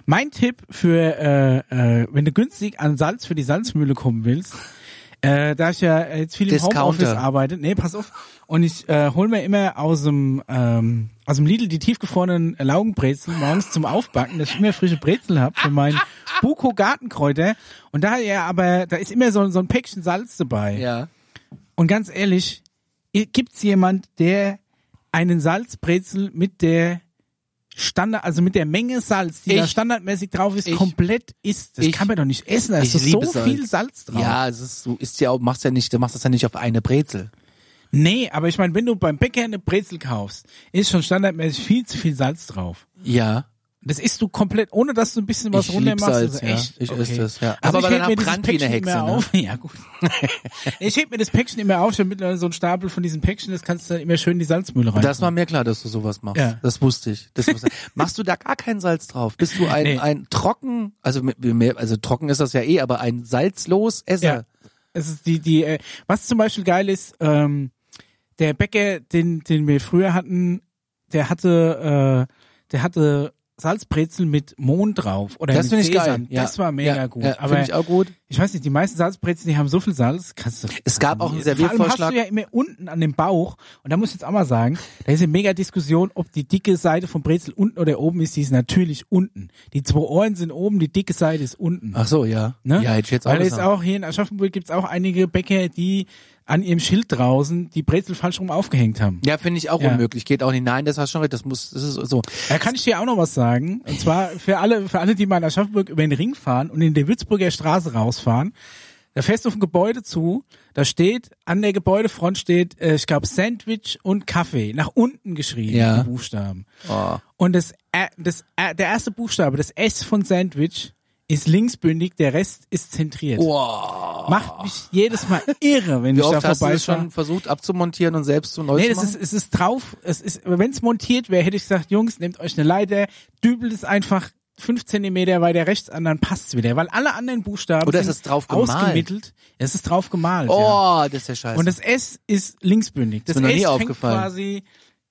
Mein Tipp für, äh, äh, wenn du günstig an Salz für die Salzmühle kommen willst, äh, da ich ja jetzt viel im
Discounter.
Homeoffice arbeite, nee, pass auf, und ich äh, hole mir immer aus dem, ähm, aus dem Lidl die tiefgefrorenen Laugenbrezeln morgens zum Aufbacken, dass ich immer frische Brezel habe für mein Buko Gartenkräuter. Und da ja aber, da ist immer so, so ein Päckchen Salz dabei.
Ja.
Und ganz ehrlich, gibt's jemand, der einen Salzbrezel mit der Standard, also mit der Menge Salz, die
Ich-
da standardmäßig drauf ist,
ich-
komplett isst? Das
ich-
kann man doch nicht essen. Da ist
ich
doch so
liebe Salz.
viel Salz drauf.
Ja, es ist, du isst ja, auch- machst ja nicht, du machst das ja nicht auf eine Brezel.
Nee, aber ich meine, wenn du beim Bäcker eine Brezel kaufst, ist schon standardmäßig viel zu viel Salz drauf.
Ja.
Das isst du komplett, ohne dass du ein bisschen was
Ich lieb
runtermachst.
Salz,
also
ja.
echt,
Ich
okay.
esse das, ja.
Also
Aber
ich heb
danach
mir dieses
brannt wie eine
Päckchen
Hexe,
immer
ne?
auf. Ja, gut. ich heb mir das Päckchen immer auf, ich habe mittlerweile so einen Stapel von diesen Päckchen, das kannst du dann immer schön in die Salzmühle rein.
Das war mir klar, dass du sowas machst.
Ja.
Das wusste ich. Das wusste ich. Machst du da gar kein Salz drauf? Bist du ein,
Nee.
ein trocken, also, mit- mehr- also trocken ist das ja eh, aber ein salzlos Esser?
Ja. Es ist die, die, äh, was zum Beispiel geil ist, ähm, der Bäcker, den, den wir früher hatten, der hatte, äh, der hatte Salzbrezel mit Mohn drauf. Oder
Das
mit
finde ich
Sesam.
geil. Ja.
Das war mega
ja.
gut.
Ja,
Aber
finde ich
ich,
auch gut.
weiß nicht, die meisten Salzbrezeln, die haben so viel Salz, kannst du.
Es gab auch einen
Vor allem hast
Serviervorschlag.
du ja immer unten an dem Bauch, und da muss ich jetzt auch mal sagen, da ist eine mega Diskussion, ob die dicke Seite vom Brezel unten oder oben ist, die ist natürlich unten. Die zwei Ohren sind oben, die dicke Seite ist unten.
Ach so, ja.
Ne?
Ja, hätte ich jetzt auch
Weil es
gesagt.
auch hier in Aschaffenburg gibt's auch einige Bäcker, die an ihrem Schild draußen die Brezel falsch rum aufgehängt haben.
Ja, finde ich auch
Ja.
unmöglich. Geht auch nicht. Nein, das hast du schon recht. Das muss, das ist so.
Da kann ich dir auch noch was sagen. Und zwar für alle, für alle, die mal in Aschaffenburg über den Ring fahren und in der Würzburger Straße rausfahren. Da fährst du auf ein Gebäude zu, da steht, an der Gebäudefront steht, äh, ich glaube, Sandwich und Kaffee, nach unten geschrieben,
Ja.
die Buchstaben.
Oh.
Und das, Ä- das, Ä- der erste Buchstabe, das S von Sandwich, ist linksbündig, der Rest ist
Oh,
zentriert.
Wow.
macht mich jedes Mal irre, wenn
Oh.
ich
Wie
da
oft hast du
vorbei
das schon versucht abzumontieren und selbst zu neu
Nee,
zu
das
machen?
ist, es ist drauf, es ist, wenn es montiert wäre, hätte ich gesagt, Jungs, nehmt euch eine Leiter, dübelt es einfach fünf Zentimeter weiter rechts an, dann passt's wieder, weil alle anderen Buchstaben
Oder ist
sind
es drauf gemalt?
ausgemittelt. Es ist drauf gemalt. ja.
oh, das ist ja scheiße.
Und das S ist linksbündig. Das
mir noch nie
S fängt
aufgefallen.
quasi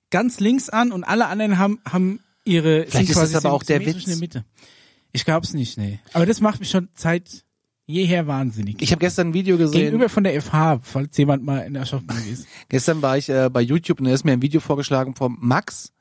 ganz links an und alle anderen haben, haben ihre, sind
ist
quasi
das aber auch der
symmetrisch
Witz.
in der Mitte. Ich glaub's nicht, nee. Aber das macht mich schon seit jeher wahnsinnig.
ich habe gestern ein Video gesehen.
Gegenüber von der FH, falls jemand mal in Aschaffenburg ist.
Gestern war ich äh, bei YouTube und da ist mir ein Video vorgeschlagen vom Max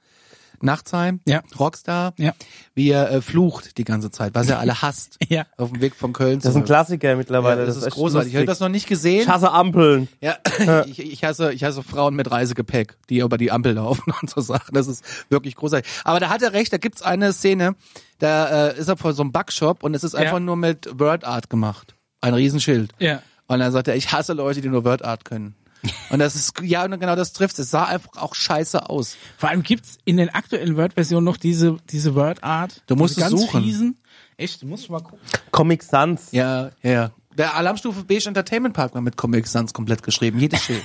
Nachtsheim,
Ja.
Rockstar,
Ja.
wie er äh, flucht die ganze Zeit, was er alle hasst.
Ja.
Auf dem Weg von Köln
Das ist
zu
ein Klassiker mittlerweile.
ah. Ja, das, ist
echt
großartig. Ich habe
lustig.
das noch nicht gesehen.
Ich hasse Ampeln.
Ja, ich, ich hasse, ich hasse Frauen mit Reisegepäck, die über die Ampel laufen und so Sachen. Das ist wirklich großartig. Aber da hat er recht, da gibt's eine Szene, da äh, ist er vor so einem Backshop und es ist einfach nur mit Word Art gemacht. Ein Riesenschild.
Ja.
Und dann sagt er, ich hasse Leute, die nur Word Art können. Und das ist, ja, und genau das trifft. Es sah einfach auch scheiße aus.
Vor allem gibt's in den aktuellen Word-Versionen noch diese, diese Word-Art.
Du musst
diese
es
ganz
suchen.
Fiesen. Echt, du musst mal gucken.
Comic Sans.
Ja, ja, ja. Der Alarmstufe Beige Entertainment Park war mit Comic Sans komplett geschrieben. Jedes Schild.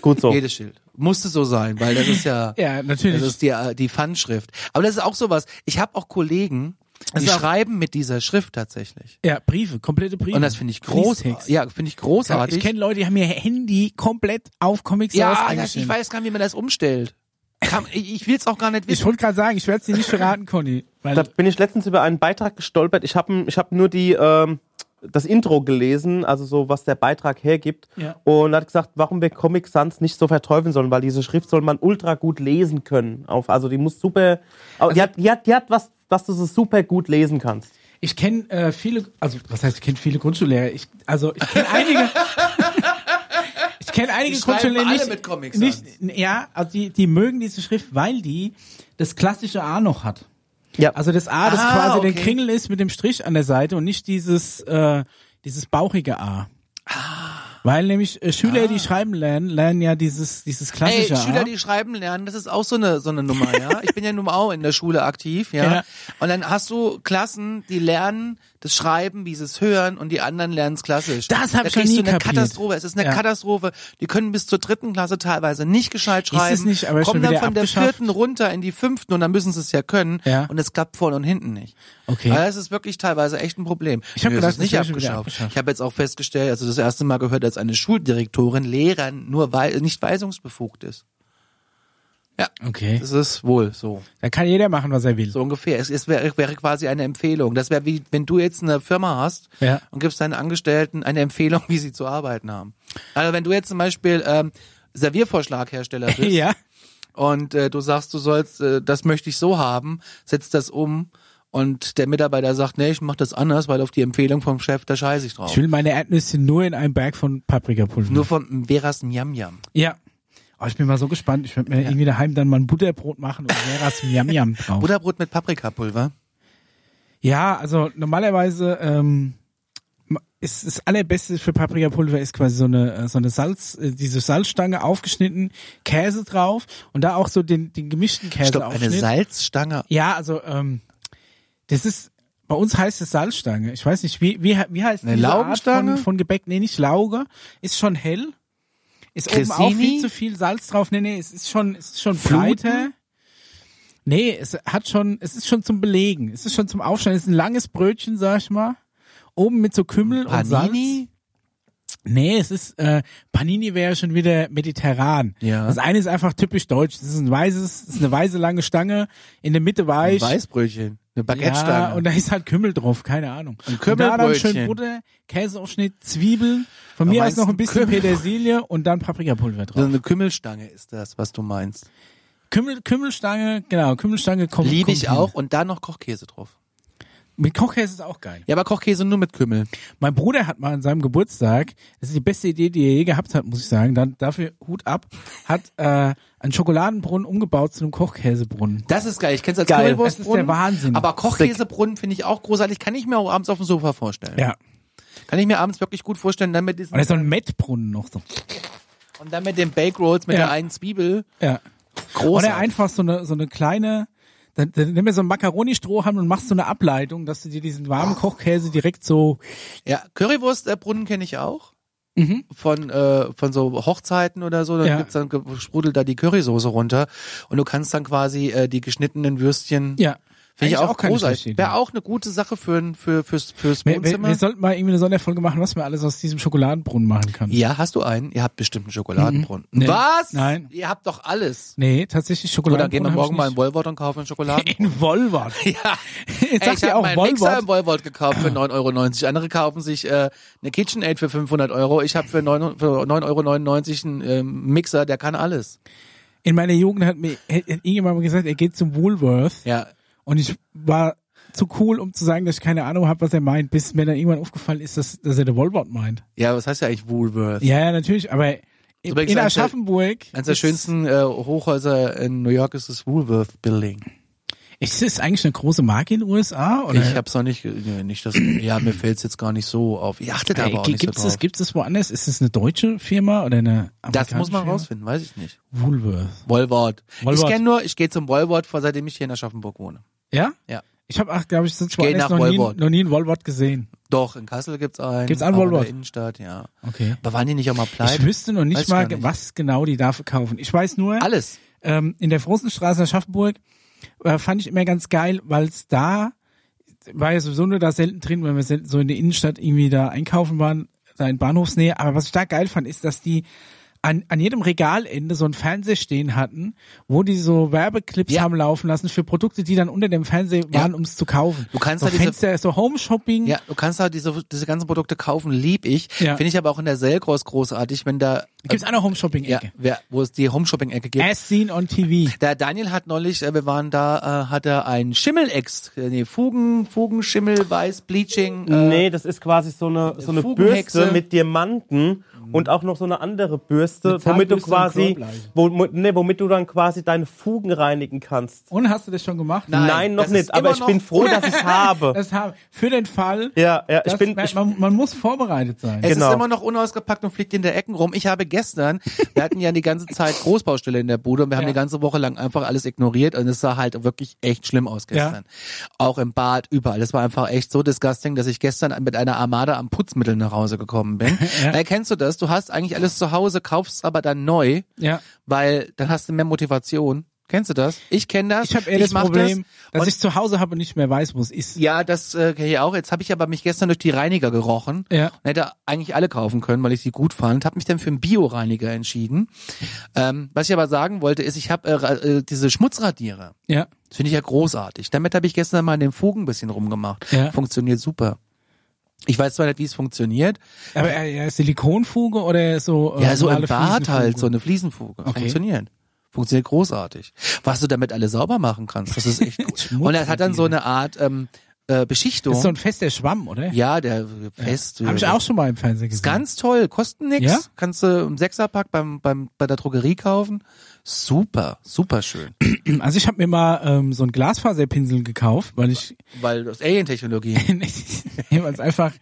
Gut so.
Jedes Schild. Musste so sein, weil das ist Oh. ja.
Ja, natürlich.
Das ist die, äh, die Fun-Schrift. Aber das ist auch sowas. Ich habe auch Kollegen, die
ist auch-
schreiben mit dieser Schrift tatsächlich.
Ja, Briefe, komplette Briefe.
Und das finde ich groß.
Fließtext.
Ja, finde ich
Ja,
großartig.
ich kenne Leute, die haben ihr Handy komplett auf Comics
ja, das, ich weiß gar nicht, wie man das umstellt. Kann, ich ich will es auch gar nicht
Ich
wissen.
wollte gerade sagen, ich werde es dir nicht verraten, Conny. Weil
Da bin ich letztens über einen Beitrag gestolpert. Ich habe ich hab nur die, ähm, das Intro gelesen, also so, was der Beitrag hergibt.
Ja.
Und hat gesagt, warum wir Comic Sans nicht so verteufeln sollen, weil diese Schrift soll man ultra gut lesen können. Auf, also die muss super. Also, die, hat, die, hat, die hat was, dass du sie super gut lesen kannst.
ich kenne äh, viele, also was heißt, ich kenne viele Grundschullehrer. Ich, also ich kenne einige. ich kenne einige
Die schreiben
Grundschullehrer
alle
nicht,
mit Comics
nicht, ja, also die, die mögen diese Schrift, weil die das klassische A noch hat.
Ja.
Also das A, das
Ah,
quasi der
okay. Ah.
Kringel ist mit dem Strich an der Seite und nicht dieses, äh, dieses bauchige A. Weil nämlich äh, Schüler, die schreiben lernen, lernen ja dieses, dieses
Ey,
klassische.
Ah. Schüler,
A.
die schreiben lernen, das ist auch so eine, so eine Nummer, ja. Ich bin ja nun mal auch in der Schule aktiv, ja?
Ja.
Und dann hast du Klassen, die lernen das Schreiben, wie sie es hören, und die anderen lernen es klassisch.
Das hab
da
ich noch
kriegst
nie
du eine
kapiert.
Katastrophe. Es ist eine
Ja.
Katastrophe. Die können bis zur dritten Klasse teilweise nicht gescheit schreiben.
es nicht, aber ist
kommen
schon
dann
wieder
von der
abgeschafft?
vierten runter in die fünften und dann müssen sie es ja können.
Ja.
Und es klappt vorne und hinten nicht.
Okay.
Aber es ist wirklich teilweise echt ein Problem.
Ich hab
Nö, es
gedacht,
ist nicht
das wär schon wieder
abgeschafft.
abgeschafft.
Ich habe jetzt auch festgestellt, also das erste Mal gehört, dass eine Schuldirektorin Lehrern nur wei nicht weisungsbefugt ist.
Okay.
Das ist wohl so.
Da kann jeder machen, was er will.
So ungefähr. Es, es wäre wäre quasi eine Empfehlung. Das wäre wie, wenn du jetzt eine Firma hast
Ja.
und gibst deinen Angestellten eine Empfehlung, wie sie zu arbeiten haben. Also wenn du jetzt zum Beispiel ähm, Serviervorschlaghersteller bist
Ja.
und äh, du sagst, du sollst, äh, das möchte ich so haben, setzt das um und der Mitarbeiter sagt, nee, ich mach das anders, weil auf die Empfehlung vom Chef, da scheiße ich drauf.
Ich will meine Erdnüsse nur in einem Berg von Paprikapulver.
Nur von Veras Miam Miam.
ja. Oh, ich bin mal so gespannt. Ich werde mir irgendwie daheim dann mal ein Butterbrot machen und Lehrers Miam Miam drauf.
Butterbrot mit Paprikapulver.
Ja, also normalerweise ähm, ist das allerbeste für Paprikapulver ist quasi so eine äh, so eine Salz äh, diese Salzstange aufgeschnitten, Käse drauf und da auch so den den gemischten
Stopp,
Käse
eine Salzstange.
Ja, also ähm, das ist bei uns heißt es Salzstange. Ich weiß nicht, wie wie wie heißt
Eine
diese
Laugenstange?
Art von, von Gebäck? Nee, nicht Lauge, ist schon hell. Ist oben auch
Cressini?
viel zu viel Salz drauf. Nee, nee, es ist schon es ist schon
Fluten?
breiter. Nee, es hat schon, es ist schon zum Belegen. Es ist schon zum Aufschneiden. Es ist ein langes Brötchen, sag ich mal. Oben mit so Kümmel und Salz.
Panini?
Nee, es ist, äh, Panini wäre schon wieder mediterran.
Ja.
Das eine ist einfach typisch deutsch. Es ist ein weißes, es ist eine weiße lange Stange, in der Mitte
Ein
weich.
Weißbrötchen. Eine Baguette-Stange.
ja, und da ist halt Kümmel drauf, keine Ahnung.
Ein
und da dann
Kümmelbrötchen.
schön Butter, Käseaufschnitt, Zwiebeln, von
Da
mir aus
meinst
noch ein
du
bisschen
Kümmel-
Petersilie und dann Paprikapulver
So
drauf.
eine Kümmelstange ist das, was du meinst.
Kümmel, Kümmelstange, genau, Kümmelstange kommt.
Liebe
kommt
ich
hin.
auch und da noch Kochkäse drauf.
Mit Kochkäse ist auch geil.
Ja, aber Kochkäse nur mit Kümmel.
Mein Bruder hat mal an seinem Geburtstag, das ist die beste Idee, die er je gehabt hat, muss ich sagen, dann dafür Hut ab, hat äh, einen Schokoladenbrunnen umgebaut zu einem Kochkäsebrunnen.
Das ist geil. Ich kenn's als
Geil.
Das ist der
Currywurstbrunnen.
Wahnsinn.
Aber Kochkäsebrunnen finde ich auch großartig. Kann ich mir auch abends auf dem Sofa vorstellen.
ja.
Kann ich mir abends wirklich gut vorstellen, dann mit diesen
Und da ist noch ein Mettbrunnen noch so.
und dann mit den Bake Rolls mit
Ja.
der einen Zwiebel.
Ja. Oder
Großartig.
einfach so eine so eine kleine dann, dann nimm mir so einen Macaroni-Strohhalm und machst so eine Ableitung, dass du dir diesen
Oh.
warmen Kochkäse direkt so
Ja, Currywurstbrunnen kenne ich auch. Von, äh, von so Hochzeiten oder so, dann
Mhm. Ja.
gibt's dann ge- sprudelt da die Currysoße runter und du kannst dann quasi äh, die geschnittenen Würstchen.
ja
Finde ich
Eigentlich
auch,
keine schlechte
großartig.
Idee.
Wäre auch eine gute Sache für ein- für fürs fürs
Wir, wir,
Wohnzimmer.
wir sollten mal irgendwie eine Sonderfolge machen, was man alles aus diesem Schokoladenbrunnen machen kann.
ja, hast du einen? Ihr habt bestimmt einen Schokoladenbrunnen.
Mhm. Nee.
Was?
Nein.
Ihr habt doch alles.
Nee, tatsächlich
Oder dann gehen wir
Schokoladenbrunnen.
morgen mal in
hab
Wolwort und kaufen einen
ich
Schokoladen.
nicht. in Wolwort.
ja.
Ich
Ey,
sag
ich
ja
habe
auch
meinen Mixer
Wolwort.
im Wolwort gekauft für 9,90 Euro. Andere kaufen sich äh, eine KitchenAid für 500 Euro. Ich habe für 9 für 9,99 Euro einen ähm, Mixer, der kann alles.
In meiner Jugend hat mir hat hat irgendjemand mal gesagt, er geht zum Woolworth
Ja.
und ich war zu cool, um zu sagen, dass ich keine Ahnung habe, was er meint, bis mir dann irgendwann aufgefallen ist, dass, dass er den Woolworth meint.
Ja, was heißt ja eigentlich Woolworth?
Ja, ja, natürlich, aber in,
Übrigens
in
eins der-
Aschaffenburg
Eines der
ist-
schönsten äh, Hochhäuser in New York ist das Woolworth Building.
Ist es eigentlich eine große Marke in den USA? Oder?
Ich hab's noch nicht, ge- nee, nicht das, ja, mir fällt's jetzt gar nicht so auf. Ich achte da
Ey,
aber auch nicht
gibt's
so
es
drauf.
gibt's es woanders? Ist es eine deutsche Firma oder eine
das
amerikanische
muss man
Firma?
rausfinden, weiß ich nicht.
Woolworth.
Wollwort. Ich
Wollwort.
kenne nur, ich gehe zum Wollwort, vor seitdem ich hier in Aschaffenburg wohne.
Ja?
Ja.
Ich habe, ach, glaube ich, sonst
geh
woanders
nach
noch nie,
Woolworth.
noch nie einen Woolworth gesehen.
Doch, in Kassel gibt's einen.
Gibt's einen
auch In
Wollwort?
der Innenstadt, ja.
Okay.
Aber waren die nicht auch mal pleite?
Ich wüsste noch nicht
Weiß ich
mal,
gar nicht.
was genau die da verkaufen. Ich weiß nur,
Alles.
ähm, in der Frosenstraße in Aschaffenburg äh, fand ich immer ganz geil, weil es da war ja sowieso nur da selten drin, wenn wir selten so in der Innenstadt irgendwie da einkaufen waren, da in Bahnhofsnähe. Aber was ich da geil fand, ist, dass die an, an jedem Regalende so einen Fernseher stehen hatten, wo die so Werbeclips
Ja.
haben laufen lassen für Produkte, die dann unter dem Fernseher waren,
Ja.
um es zu kaufen.
Du kannst
so
da diese-
Fenster, so Home Shopping.
Ja, du kannst halt diese, diese ganzen Produkte kaufen, lieb ich.
Ja.
Finde ich aber auch in der Selgros großartig, wenn da äh,
Gibt's auch noch
Ja,
Home-Shopping-Ecke.
wer, wo es die Home-Shopping-Ecke gibt.
As seen on TV.
Der Daniel hat neulich, äh, wir waren da, äh, hat er ein Schimmel-Ex, äh, nee, Fugen, Fugenschimmel, Weiß, Bleaching. Äh,
nee, das ist quasi so eine, so eine
Fugenhexe.
Bürste mit Diamanten und auch noch so eine andere Bürste,
Mit
womit
Zahnbürste
du
und
quasi,
Knoblauch.
womit, nee, womit du dann quasi deine Fugen reinigen kannst.
Und hast du das schon gemacht?
Nein,
Nein, noch
das ist
nicht, aber
immer
ich bin
noch-
froh, dass ich es habe.
Das haben, für den Fall.
Ja, ja, ich
dass-
bin,
man,
ich,
man, man muss vorbereitet sein.
Es ist
Genau.
immer noch unausgepackt und fliegt in der Ecken rum. Ich habe gestern, wir hatten ja die ganze Zeit Großbaustelle in der Bude und wir haben
Ja.
die ganze Woche lang einfach alles ignoriert und es sah halt wirklich echt schlimm aus gestern. Auch im Bad, überall. Es war einfach echt so disgusting, dass ich gestern mit einer Armada an Putzmitteln nach Hause gekommen bin. Erkennst du das? Du hast eigentlich alles zu Hause, kaufst es aber dann neu,
ja.
weil dann hast du mehr Motivation. Kennst du das? Ich kenne das.
Ich habe eher das
mach
Problem,
und-
dass ich zu Hause habe und nicht mehr weiß, wo es ist.
Ja, das äh, kenne ich auch. Jetzt habe ich aber mich gestern durch die Reiniger gerochen.
Ja.
Und hätte eigentlich alle kaufen können, weil ich sie gut fand. Habe mich dann für einen Bio-Reiniger entschieden. Ähm, was ich aber sagen wollte, ist, ich habe äh, ra- äh, diese Schmutzradierer.
Ja.
Das finde ich ja großartig. Damit habe ich gestern mal in den Fugen ein bisschen rumgemacht.
Ja.
Funktioniert super. Ich weiß zwar nicht, wie es funktioniert.
Aber äh, ja, Silikonfuge oder so? äh,
ja, so im
normale
Bad halt,
Fliesenfuge?
so eine Fliesenfuge.
Okay.
Funktioniert. Funktioniert großartig. Was du damit alle sauber machen kannst, das ist echt gut. Und das hat dann so eine Art ähm, äh, Beschichtung.
Das ist so ein fester Schwamm, oder?
Ja, der Fest.
Habe ich auch schon mal im Fernsehen
Ist
gesehen.
ganz toll, kosten nix.
Ja?
Kannst du im Sechserpack beim, beim, bei der Drogerie kaufen. Super, super schön.
Also ich habe mir mal ähm, so einen Glasfaserpinsel gekauft, weil ich
Weil das Alien-Technologie.
weil es einfach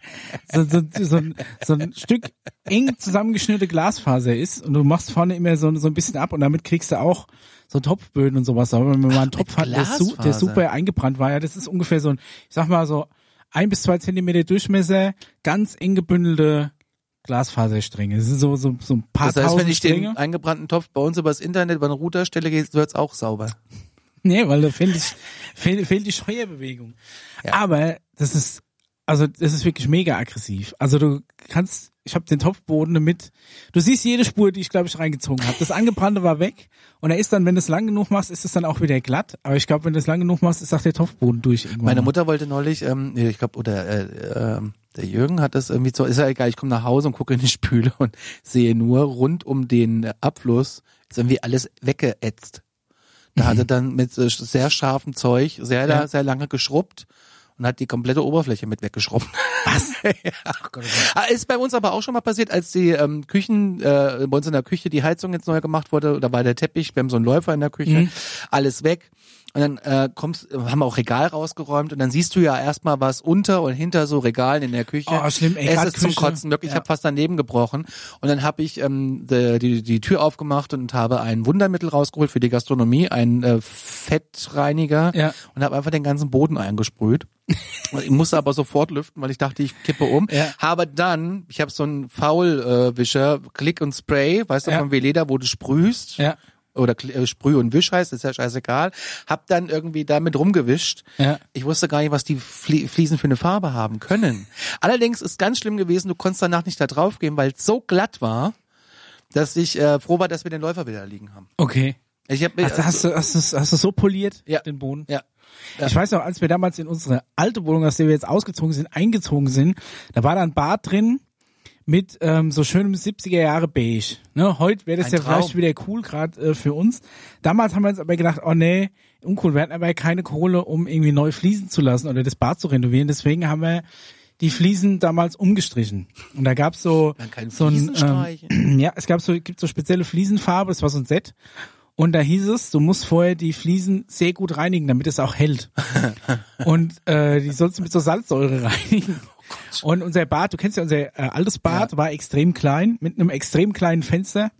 so, so, so, ein, so ein Stück eng zusammengeschnürte Glasfaser ist und du machst vorne immer so, so ein bisschen ab und damit kriegst du auch so Topfböden und sowas. Aber wenn man mal einen Topf hat, der, su der
Glasfaser.
super eingebrannt war, ja, das ist ungefähr so ein, ich sag mal so ein bis zwei Zentimeter Durchmesser, ganz eng gebündelte Glasfaserstränge. Das sind so, so, so ein paar
Das heißt, wenn
tausend
ich
Stränge.
den eingebrannten Topf bei uns übers Internet über eine Routerstelle gehe, wird's auch sauber.
Nee, weil da fehlt, ich, fehlt, fehlt die Steuerbewegung.
Ja.
Aber das ist, also das ist wirklich mega aggressiv. Also du kannst, ich habe den Topfboden mit, du siehst jede Spur, die ich glaube ich reingezogen habe. Das angebrannte war weg und er ist dann, wenn du es lang genug machst, ist es dann auch wieder glatt. Aber ich glaube, wenn du es lang genug machst, ist auch der Topfboden durch irgendwann.
Meine
mal.
Mutter wollte neulich, ähm, nee, ich glaube, oder äh, ähm, der Jürgen hat das irgendwie so, ist ja egal, ich komme nach Hause und gucke in die Spüle und sehe nur rund um den äh, Abfluss ist irgendwie alles weggeätzt. Da hat er dann mit so sch- sehr scharfem Zeug sehr,
Ja.
sehr lange geschrubbt und hat die komplette Oberfläche mit weggeschrubbt.
oh
Was? ja. Ah, Ist bei uns aber auch schon mal passiert, als die ähm, Küchen, äh, bei uns in der Küche die Heizung jetzt neu gemacht wurde, da war der Teppich, wir haben so einen Läufer in der
Mhm.
Küche, alles weg. Und dann äh, kommst, haben wir auch Regal rausgeräumt und dann siehst du ja erstmal was unter und hinter so Regalen in der Küche.
Oh, schlimm, ey,
es
grad
ist zum
Küche.
Kotzen, wirklich, ich
Ja.
habe fast daneben gebrochen. Und dann habe ich ähm, die, die, die Tür aufgemacht und habe ein Wundermittel rausgeholt für die Gastronomie, einen äh, Fettreiniger
Ja.
und habe einfach den ganzen Boden eingesprüht. Und ich musste aber sofort lüften, weil ich dachte, ich kippe um.
Ja.
Habe dann, ich habe so einen Faulwischer, Klick und Spray, weißt du,
Ja.
von Veleda, wo du sprühst
Ja.
oder Kl- äh, Sprüh und Wisch heißt, ist ja scheißegal. Hab dann irgendwie damit rumgewischt.
Ja.
Ich wusste gar nicht, was die Flie Fliesen für eine Farbe haben können. Allerdings ist ganz schlimm gewesen, du konntest danach nicht da drauf gehen, weil es so glatt war, dass ich äh, froh war, dass wir den Läufer wieder liegen haben.
Okay.
Ich hab,
Also hast du, hast du, hast du so poliert
Ja.
den Boden?
ja.
Ich weiß noch, als wir damals in unsere alte Wohnung, aus der wir jetzt ausgezogen sind, eingezogen sind, da war da ein Bad drin mit ähm, so schönem 70er Jahre Beige. Ne? Heute wäre das
Ein
ja
Traum.
vielleicht wieder cool, gerade äh, für uns. Damals haben wir uns aber gedacht, oh nee, uncool, wir hatten aber keine Kohle, um irgendwie neu fließen zu lassen oder das Bad zu renovieren. Deswegen haben wir die Fliesen damals umgestrichen. Und da gab's so,
Man kann
so ein,
Fliesen
ähm,
streichen.
ja, es gab so, gibt so spezielle Fliesenfarbe, das war so ein Set. Und da hieß es, du musst vorher die Fliesen sehr gut reinigen, damit es auch hält. Und äh, die sollst du mit so Salzsäure reinigen. Und unser Bad, du kennst ja unser äh, altes Bad, war extrem klein, mit einem extrem kleinen Fenster.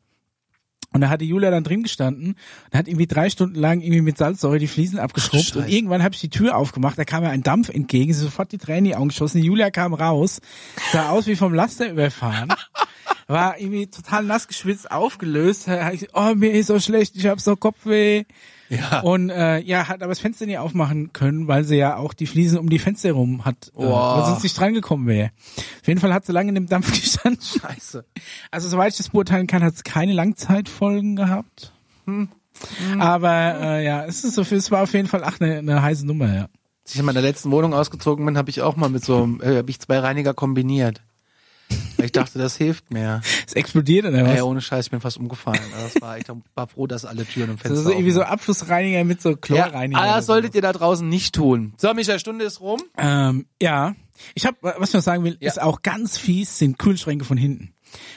Und da hatte Julia dann drin gestanden und hat irgendwie drei Stunden lang irgendwie mit Salzsäure die Fliesen abgeschrubbt.
Scheiße.
Und irgendwann habe ich die Tür aufgemacht, da kam mir ein Dampf entgegen, sie sofort die Tränen in die Augen geschossen. Julia kam raus, sah aus wie vom Laster überfahren, war irgendwie total nass geschwitzt, aufgelöst. Hat gesagt, oh, mir ist so schlecht, ich habe so Kopfweh.
Ja.
Und äh, ja, hat aber das Fenster nie aufmachen können, weil sie ja auch die Fliesen um die Fenster rum hat, äh,
Boah.
weil sonst nicht drangekommen wäre. Auf jeden Fall hat sie lange in dem Dampf gestanden.
Scheiße.
Also soweit ich das beurteilen kann, hat es keine Langzeitfolgen gehabt. Aber äh, ja, es ist so, viel- es war auf jeden Fall ach, eine, eine heiße Nummer, ja.
Als ich in meiner letzten Wohnung ausgezogen bin, habe ich auch mal mit so einem, äh, habe ich zwei Reiniger kombiniert. Ich dachte, das hilft mir.
Es explodiert oder was?
Ey, ohne Scheiß, ich bin fast umgefallen. Das war, ich war froh, dass alle Türen und Fenster
das ist so irgendwie
offen
so Abflussreiniger mit so
waren. ja,
Chlorreiniger.
ah,
oder
das
so.
solltet ihr da draußen nicht tun. So, Michael, Stunde ist rum.
Ähm, ja. Ich habe, was ich noch sagen will,
Ja.
ist auch ganz fies, sind Kühlschränke von hinten.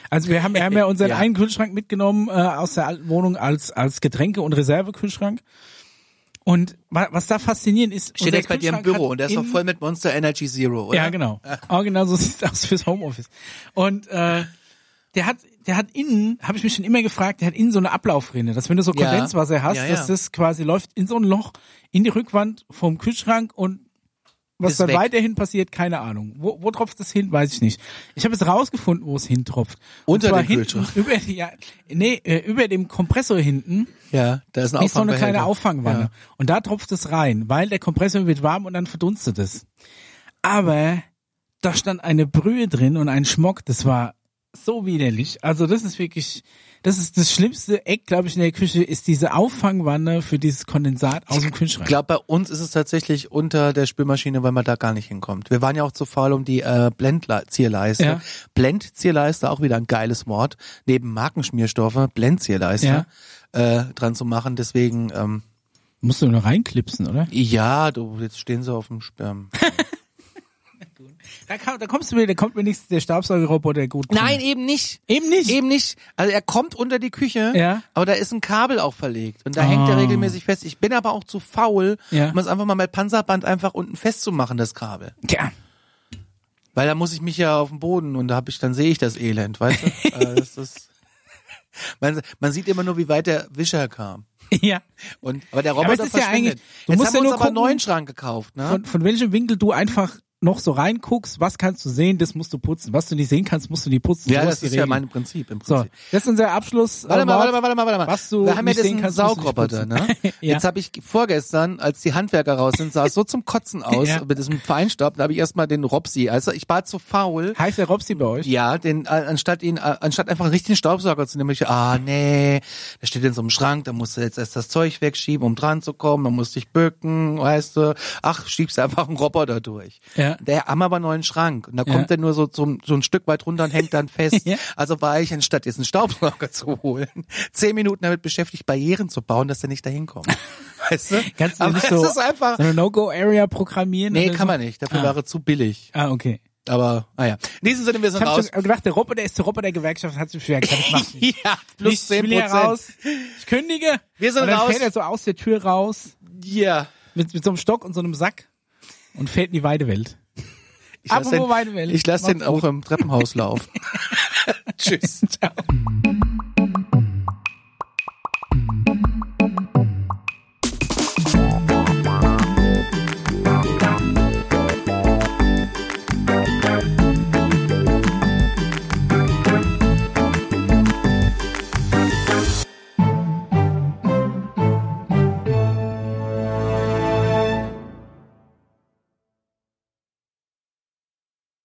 Also wir haben, wir haben ja unseren
Ja.
einen Kühlschrank mitgenommen äh, aus der alten Wohnung als als Getränke- und Reservekühlschrank. Und wa- was da faszinierend ist,
Steht
unser
jetzt bei dir im
Kühlschrank
Büro
hat
und der ist doch
innen-
voll mit Monster Energy Zero, oder?
Ja, genau. Oh, genau so sieht's aus fürs Homeoffice. Und äh, der hat, der hat innen, habe ich mich schon immer gefragt, der hat innen so eine Ablaufrinne, dass wenn du so
Ja.
Kondenswasser hast,
Ja, ja.
dass das quasi läuft in so ein Loch in die Rückwand vom Kühlschrank und was
Ist
dann
weg.
weiterhin passiert, keine Ahnung. Wo, wo tropft das hin, weiß ich nicht. Ich habe jetzt rausgefunden, wo es hintropft. Und
Unter
zwar
dem
hinten,
Kühlschrank.
Über, die- ja, nee, äh, über dem Kompressor hinten
Ja, da ist ein
ist so eine
Auffangbehelfer.
kleine Auffangwanne.
Ja.
Und da tropft es rein, weil der Kompressor wird warm und dann verdunstet es. Aber da stand eine Brühe drin und ein Schmock, das war so widerlich. Also das ist wirklich, das ist das schlimmste Eck, glaube ich, in der Küche, ist diese Auffangwanne für dieses Kondensat aus dem
Ich
Kühlschrank.
glaube, bei uns ist es tatsächlich unter der Spülmaschine, weil man da gar nicht hinkommt. Wir waren ja auch zu faul um die äh, Blendzierleiste.
Ja.
Blendzierleiste, auch wieder ein geiles Wort. Neben Markenschmierstoffe, Blendzierleiste äh, dran zu machen. Deswegen, ähm,
Musst du nur reinklipsen, oder?
ja, du, jetzt stehen sie auf dem Sperm.
Da, kann, da kommst du mir, da kommt wenigstens der Staubsaugerroboter gut. klar.
Nein, eben nicht.
eben nicht.
Eben nicht. Also er kommt unter die Küche,
Ja.
aber da ist ein Kabel auch verlegt und da hängt er
Ah.
regelmäßig fest. Ich bin aber auch zu faul,
Ja.
um es einfach mal mit Panzerband einfach unten festzumachen, das Kabel.
Tja.
Weil da muss ich mich ja auf den Boden und da hab ich, dann sehe ich das Elend, weißt du? äh, das ist, man, man sieht immer nur, wie weit der Wischer kam.
Ja.
Und, aber der
aber
Roboter
es ist ja
verschwindet.
eigentlich- du
Jetzt
musst
haben
ja
wir uns
nur
aber einen
gucken,
neuen Schrank gekauft, ne?
Von, von welchem Winkel du einfach noch so reinguckst, was kannst du sehen, das musst du putzen. Was du nicht sehen kannst, musst du nicht putzen.
ja,
So
das
die
ist ja
Regel.
mein Prinzip im
So,
Prinzip.
das ist unser Abschluss.
Warte
äh,
mal,
Wort.
warte mal, warte mal, warte mal.
Was du
wir haben ja
nicht sehen
diesen
kannst, musst du nicht
Saugroboter, ne?
putzen. Ja.
Jetzt habe ich vorgestern, als die Handwerker raus sind, sah es so zum Kotzen aus
Ja.
mit diesem Feinstaub, da habe ich erstmal den Robsi. Also ich war zu faul.
Heißt der Robsi bei euch?
Ja, den, äh, anstatt ihn, äh, anstatt einfach einen richtigen Staubsauger zu nehmen, ich, ah nee, der steht in so einem Schrank, da musst du jetzt erst das Zeug wegschieben, um dran zu kommen, dann musst du dich bücken, weißt du, ach, schiebst einfach einen Roboter durch.
Ja.
Der haben aber einen neuen Schrank und da
Ja.
kommt er nur so, so, so ein Stück weit runter und hängt dann fest.
Ja.
Also war ich, anstatt jetzt einen Staubsauger zu holen, zehn Minuten damit beschäftigt, Barrieren zu bauen, dass er nicht dahin kommt. Weißt du?
Kannst du
aber
nicht so,
es ist einfach,
so eine No-Go-Area programmieren?
nee,
oder
kann
so?
man nicht, dafür
Ah.
wäre zu billig.
Ah, okay.
Aber, naja. In diesem Sinne, wir
Ich
sind
habe
raus.
schon gedacht, der Roboter ist zur Roboter-Gewerkschaft, hat sich schwer gesagt, ich mach's nicht.
Ja,
Nicht, ich will hier raus. Ich kündige.
Wir sind
und dann
raus.
fährt er so aus der Tür raus
Ja.
mit, mit so einem Stock und so einem Sack und fährt in die weite Welt.
Ich lasse
Apropos
den,
Weidewelt.
ich lass den
Macht's
auch im Treppenhaus laufen. Tschüss.
Ciao.